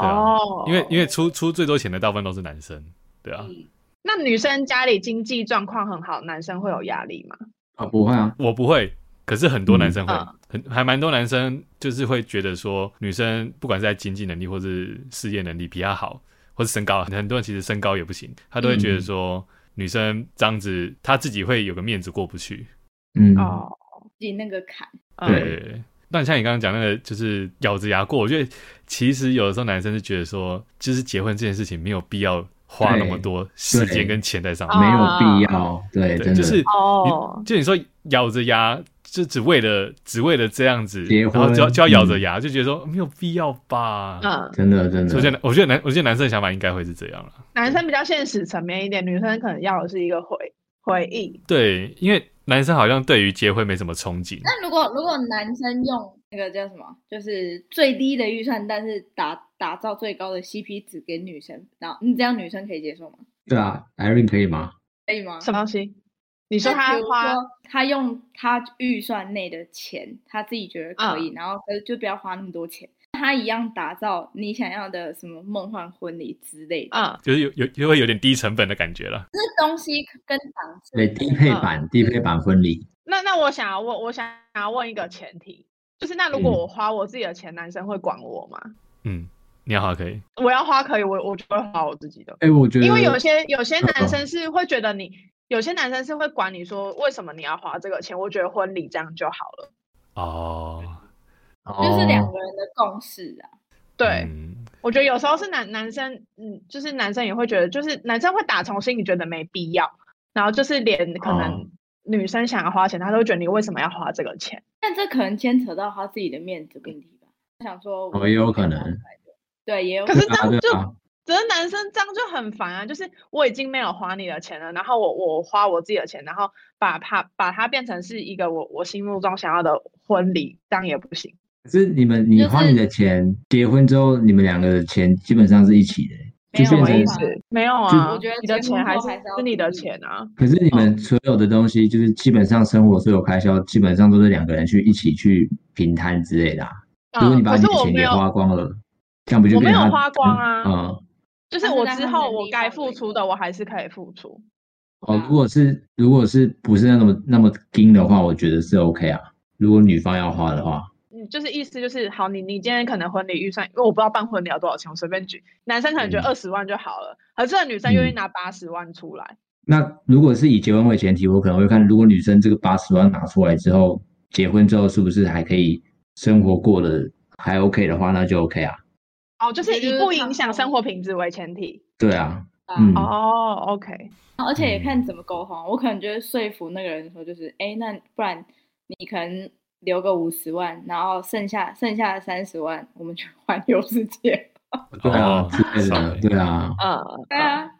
S1: 啊
S2: 哦，
S1: 因为因为出出最多钱的大部分都是男生，对啊，
S4: 嗯，
S2: 那女生家里经济状况很好，男生会有压力吗？
S3: 啊，不会啊，
S1: 我不会，可是很多男生会，
S2: 嗯
S1: 很还蛮多男生就是会觉得说，女生不管是在经济能力或是事业能力比他好，或是身高，很多人其实身高也不行，他都会觉得
S3: 嗯
S1: 说，女生这样子她自己会有个面子过不去。
S3: 嗯，
S2: 哦，
S4: 进那个坎，
S2: 嗯
S1: 对，对对那像你刚刚讲那个，就是咬着牙过，我觉得其实有的时候男生是觉得说，就是结婚这件事情没有必要花那么多时间跟钱在上面。
S3: 没有必
S2: 啊
S3: 要。哦对，真的
S1: 就是
S2: 哦
S1: 你就你说咬着牙，就只为了只为了这样子，
S3: 结
S1: 然
S3: 婚
S1: 后就要就要
S3: 嗯
S1: 咬着牙，就觉得说哦没有必要吧。
S2: 嗯，
S3: 真的真
S1: 所以我觉
S3: 的。
S1: 得，我觉得男，我觉得男生的想法应该会是这样了。
S2: 男生比较现实层面一点，女生可能要的是一个回回忆。
S1: 对，因为男生好像对于结婚没什么憧憬。
S4: 那如果如果男生用那个叫什么，就是最低的预算，但是打打造最高的 CP 值给女生，然后你、这样女生可以接受吗？
S3: 对啊，Irene 可以吗？
S4: 可以吗？
S2: 什么东西？你
S4: 你
S2: 说他花
S4: 他用他预算内的钱，他自己觉得可
S2: 嗯
S4: 以，然后可是就不要花那么多钱，他一样打造你想要的什么梦幻婚礼之类的，
S2: 嗯，
S1: 就是有有就会有点低成本的感觉了。
S4: 这东西跟档次
S3: 对，低
S2: 嗯
S3: 配版低配版婚礼，
S2: 那那我想要问，我想要问一个前提，就是那如果
S3: 嗯
S2: 我花我自己的钱，男生会管我吗？
S1: 嗯，你好，可以。
S2: 我要花可以，我我就会花我自己的，
S3: 哎、我觉得
S2: 因为有些有些男
S3: 嗯
S2: 生是会觉得你，有些男生是会管你说为什么你要花这个钱，我觉得婚礼这样就好了。
S1: 哦，
S4: 就是两
S3: 哦
S4: 个人的共识啊。
S2: 对，
S1: 嗯
S2: 我觉得有时候是男男生，嗯，就是男生也会觉得，就是男生会打从心里觉得没必要，然后就是连可
S3: 哦
S2: 能女生想要花钱，他都会觉得你为什么要花这个钱？
S4: 但这可能牵扯到他自己的面子问题吧。他想说，
S3: 哦也有可能，
S4: 对，也有
S2: 可
S4: 能
S2: 是这样
S3: 对啊
S2: 就
S3: 对啊
S2: 只是男生这样就很烦啊，就是我已经没有花你的钱了，然后我我花我自己的钱，然后把它把它变成是一个我我心目中想要的婚礼，这样也不行。
S3: 可是你们，你
S4: 就是
S3: 花你的钱，结婚之后，你们两个的钱基本上是一起的欸、
S4: 没
S3: 就变
S4: 有
S2: 我
S3: 成
S2: 意
S4: 办法
S2: 思没有啊，
S4: 我觉得
S2: 你的
S4: 结婚
S2: 钱还
S4: 后
S2: 是
S4: 还是要
S2: 是你的
S4: 独立
S2: 钱啊，
S3: 可是你们所有的东西，就是基本上生活所有开销，基本上都是两个人去一起去平摊之类的啊、如果
S2: 嗯，
S3: 你把
S2: 可
S3: 你
S2: 是
S3: 的
S2: 我
S3: 钱
S2: 没
S3: 也
S2: 有，
S3: 花光了，这样不就
S2: 我没
S3: 变成
S2: 有
S3: 他
S2: 花光啊
S3: 嗯，
S2: 就是
S4: 但是
S2: 我
S4: 在
S2: 之
S4: 他
S2: 后
S4: 能
S2: 我
S4: 力
S2: 该
S4: 范
S2: 付
S4: 围
S2: 出
S4: 内
S2: 的我还是可以付出。嗯
S3: 哦，如果是如果是不是那么那么精的话，我觉得是 OK 啊。如果女方要花的话，
S2: 嗯，就是意思就是，好，你你今天可能婚礼预算，因为我不知道办婚礼要多少钱，我随便举，男生可能觉得
S3: 嗯
S2: 二十万就好了，可是女生愿意
S3: 嗯
S2: 拿八十万出来，
S3: 那如果是以结婚为前提，我可能会看，如果女生这个八十万拿出来之后，结婚之后是不是还可以生活过得还 OK 的话，那就 OK 啊。
S2: 哦，就是
S4: 也就
S2: 以
S4: 是
S2: 不
S4: 看
S2: 影响
S4: 后
S2: 生
S4: 面
S2: 活品质为前提。
S3: 对啊，
S4: 啊
S3: 嗯
S2: 哦，OK，
S4: 而且也看
S1: 嗯
S4: 怎么沟通。我可能就会说服那个人说，就是哎，那不然你可能留个五十万，然后剩下剩下的三十万，我们 去环游世界。
S3: 对啊
S1: 哦，
S3: 之类的，
S1: sorry
S3: 对啊，
S2: 嗯，
S4: 对啊，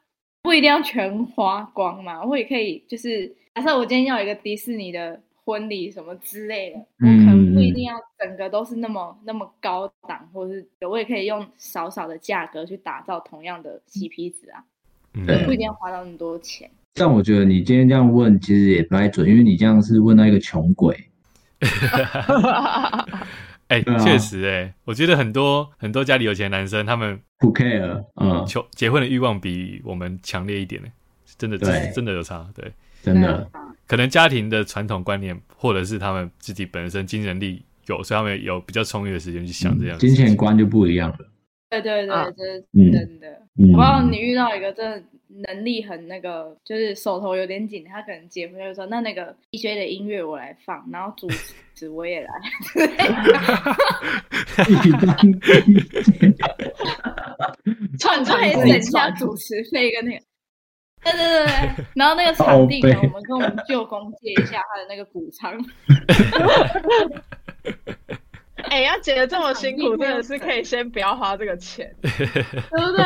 S4: 不一定要全花光嘛，我也可以就是假设我今天要有一个迪士尼的婚礼什么之类的，我可能不一
S3: 嗯
S4: 定要整个都是那么那么高
S3: 嗯
S4: 档，或是我也可以用少少的价格去打造同样的 CP 值啊。
S1: 嗯
S4: 而不一定要花到那么多钱。
S3: 但我觉得你今天这样问其实也不太准，因为你这样是问到一个穷鬼。
S1: 哎，
S3: 对啊
S1: 确实哎、我觉得很多很多家里有钱的男生，他们
S3: 不 care，嗯，
S1: 求结婚的欲望比我们强烈一点呢、真的，这
S3: 对
S1: 是真的有差。对，
S3: 真
S4: 对
S3: 的
S4: 啊，
S1: 可能家庭的传统观念，或者是他们自己本身精神力有，所以他们有比较充裕的时间去想这样、
S3: 嗯金钱。观就不一样了。
S4: 对对
S2: 啊
S4: 对，这是
S3: 嗯
S4: 真的。
S3: 嗯，
S4: 我不知道 你遇到一个真的能力很那个，就是手头有点紧，他可能结婚就说那那个 DJ 的音乐我来放，然后主持我也来，
S3: 一般
S2: 串
S4: 他
S2: 串
S4: 还省
S2: 自己
S4: 下
S2: 串，
S4: 主持费跟那个。对对对对，然后那个场地，可能我们跟我们舅公借一下他的那个谷仓，
S2: 哎、要结得这么辛苦，真的是可以先不要花这个钱。
S4: 对不对？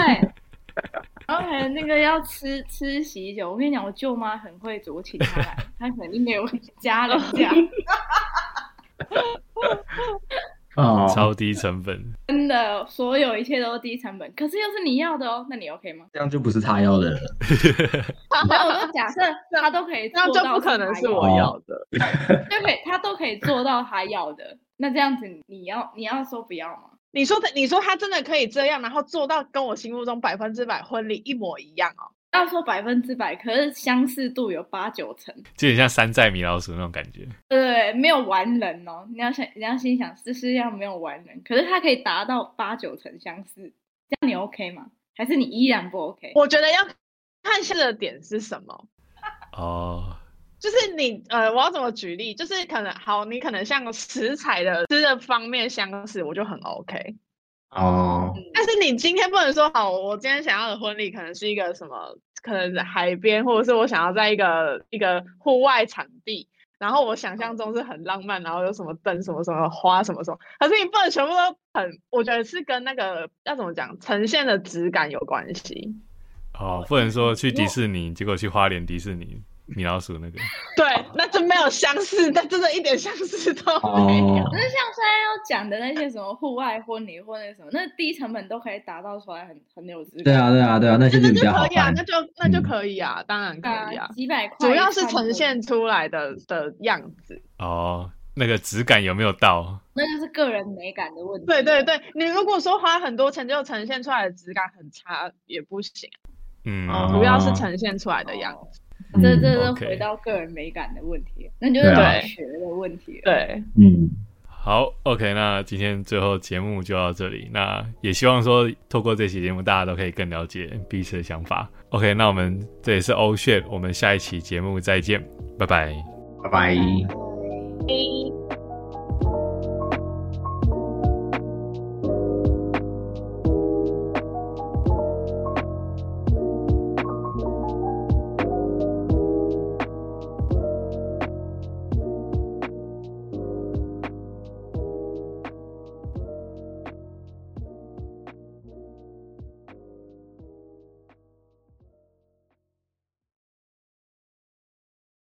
S4: 然后还有那个要吃吃喜酒，我跟你讲，我舅妈很会煮，我请她来，她肯定没有家人这样，
S3: 哦，
S1: 超低成本，
S4: 真的，所有一切都是低成本。可是又是你要的哦，那你 OK 吗？
S3: 这样就不是他要的了。
S4: 没有，我说假设他都可以做
S2: 那
S4: 到，
S2: 就不可能是我要的。
S4: 就可以他都可以做到他要的。那这样子，你要你要说不要吗？
S2: 你说他，你说他真的可以这样，然后做到跟我心目中百分之百婚礼一模一样哦？
S4: 要说百分之百，可是相似度有八九成，
S1: 就很像山寨米老鼠那种感觉。
S4: 对不对？没有完人哦。你要想，你要心想，这世界上没有完人，可是他可以达到八九成相似，这样你 OK 吗？还是你依然不 OK？
S2: 我觉得要看现的点是什么。
S1: 哦，
S2: 就是你呃，我要怎么举例？就是可能好，你可能像食材的吃的方面相似，我就很 OK。
S3: 哦，
S2: 但是你今天不能说好，我今天想要的婚礼可能是一个什么，可能是海边，或者是我想要在一个一个户外场地，然后我想象中是很浪漫，然后有什么灯、什么什么花、什么什么，可是你不能全部都很，我觉得是跟那个要怎么讲呈现的质感有关系。
S1: 哦，不能说去迪士尼，结果去花莲迪士尼米老鼠那个，
S2: 对，那真没有相似，但真的一点相似都没有。
S3: 哦哦
S4: 可，是像现在要讲的那些什么户外婚礼或那什么，那低成本都可以达到出来很很有质感。
S3: 对啊，对啊，对啊，那些
S2: 那
S3: 就
S2: 就
S3: 比较好
S2: 可以啊，
S3: 看
S2: 那。就那就
S3: 嗯
S2: 可以啊，当然可以
S4: 啊
S2: 啊，。
S4: 几百块，
S2: 主要是呈现出来的的样子。
S1: 哦，那个质感有没有到？
S4: 那就是个人美感的问题。
S2: 对对对，你如果说花很多钱就呈现出来的质感很差也不行，啊
S1: 嗯，
S3: 哦
S2: 主要是呈现出来的样
S4: 哦
S2: 子。
S3: 嗯
S4: 这这是
S1: OK
S4: 回到个人美感的问题，那就是
S3: 对
S2: 啊
S4: 美学的问题了。
S2: 对，
S3: 嗯，
S1: 好，OK，那今天最后节目就到这里。那也希望说，透过这期节目，大家都可以更了解彼此的想法。OK，那我们这里是欧炫，我们下一期节目再见，拜拜。
S4: 嗯
S3: 拜拜。
S2: 诶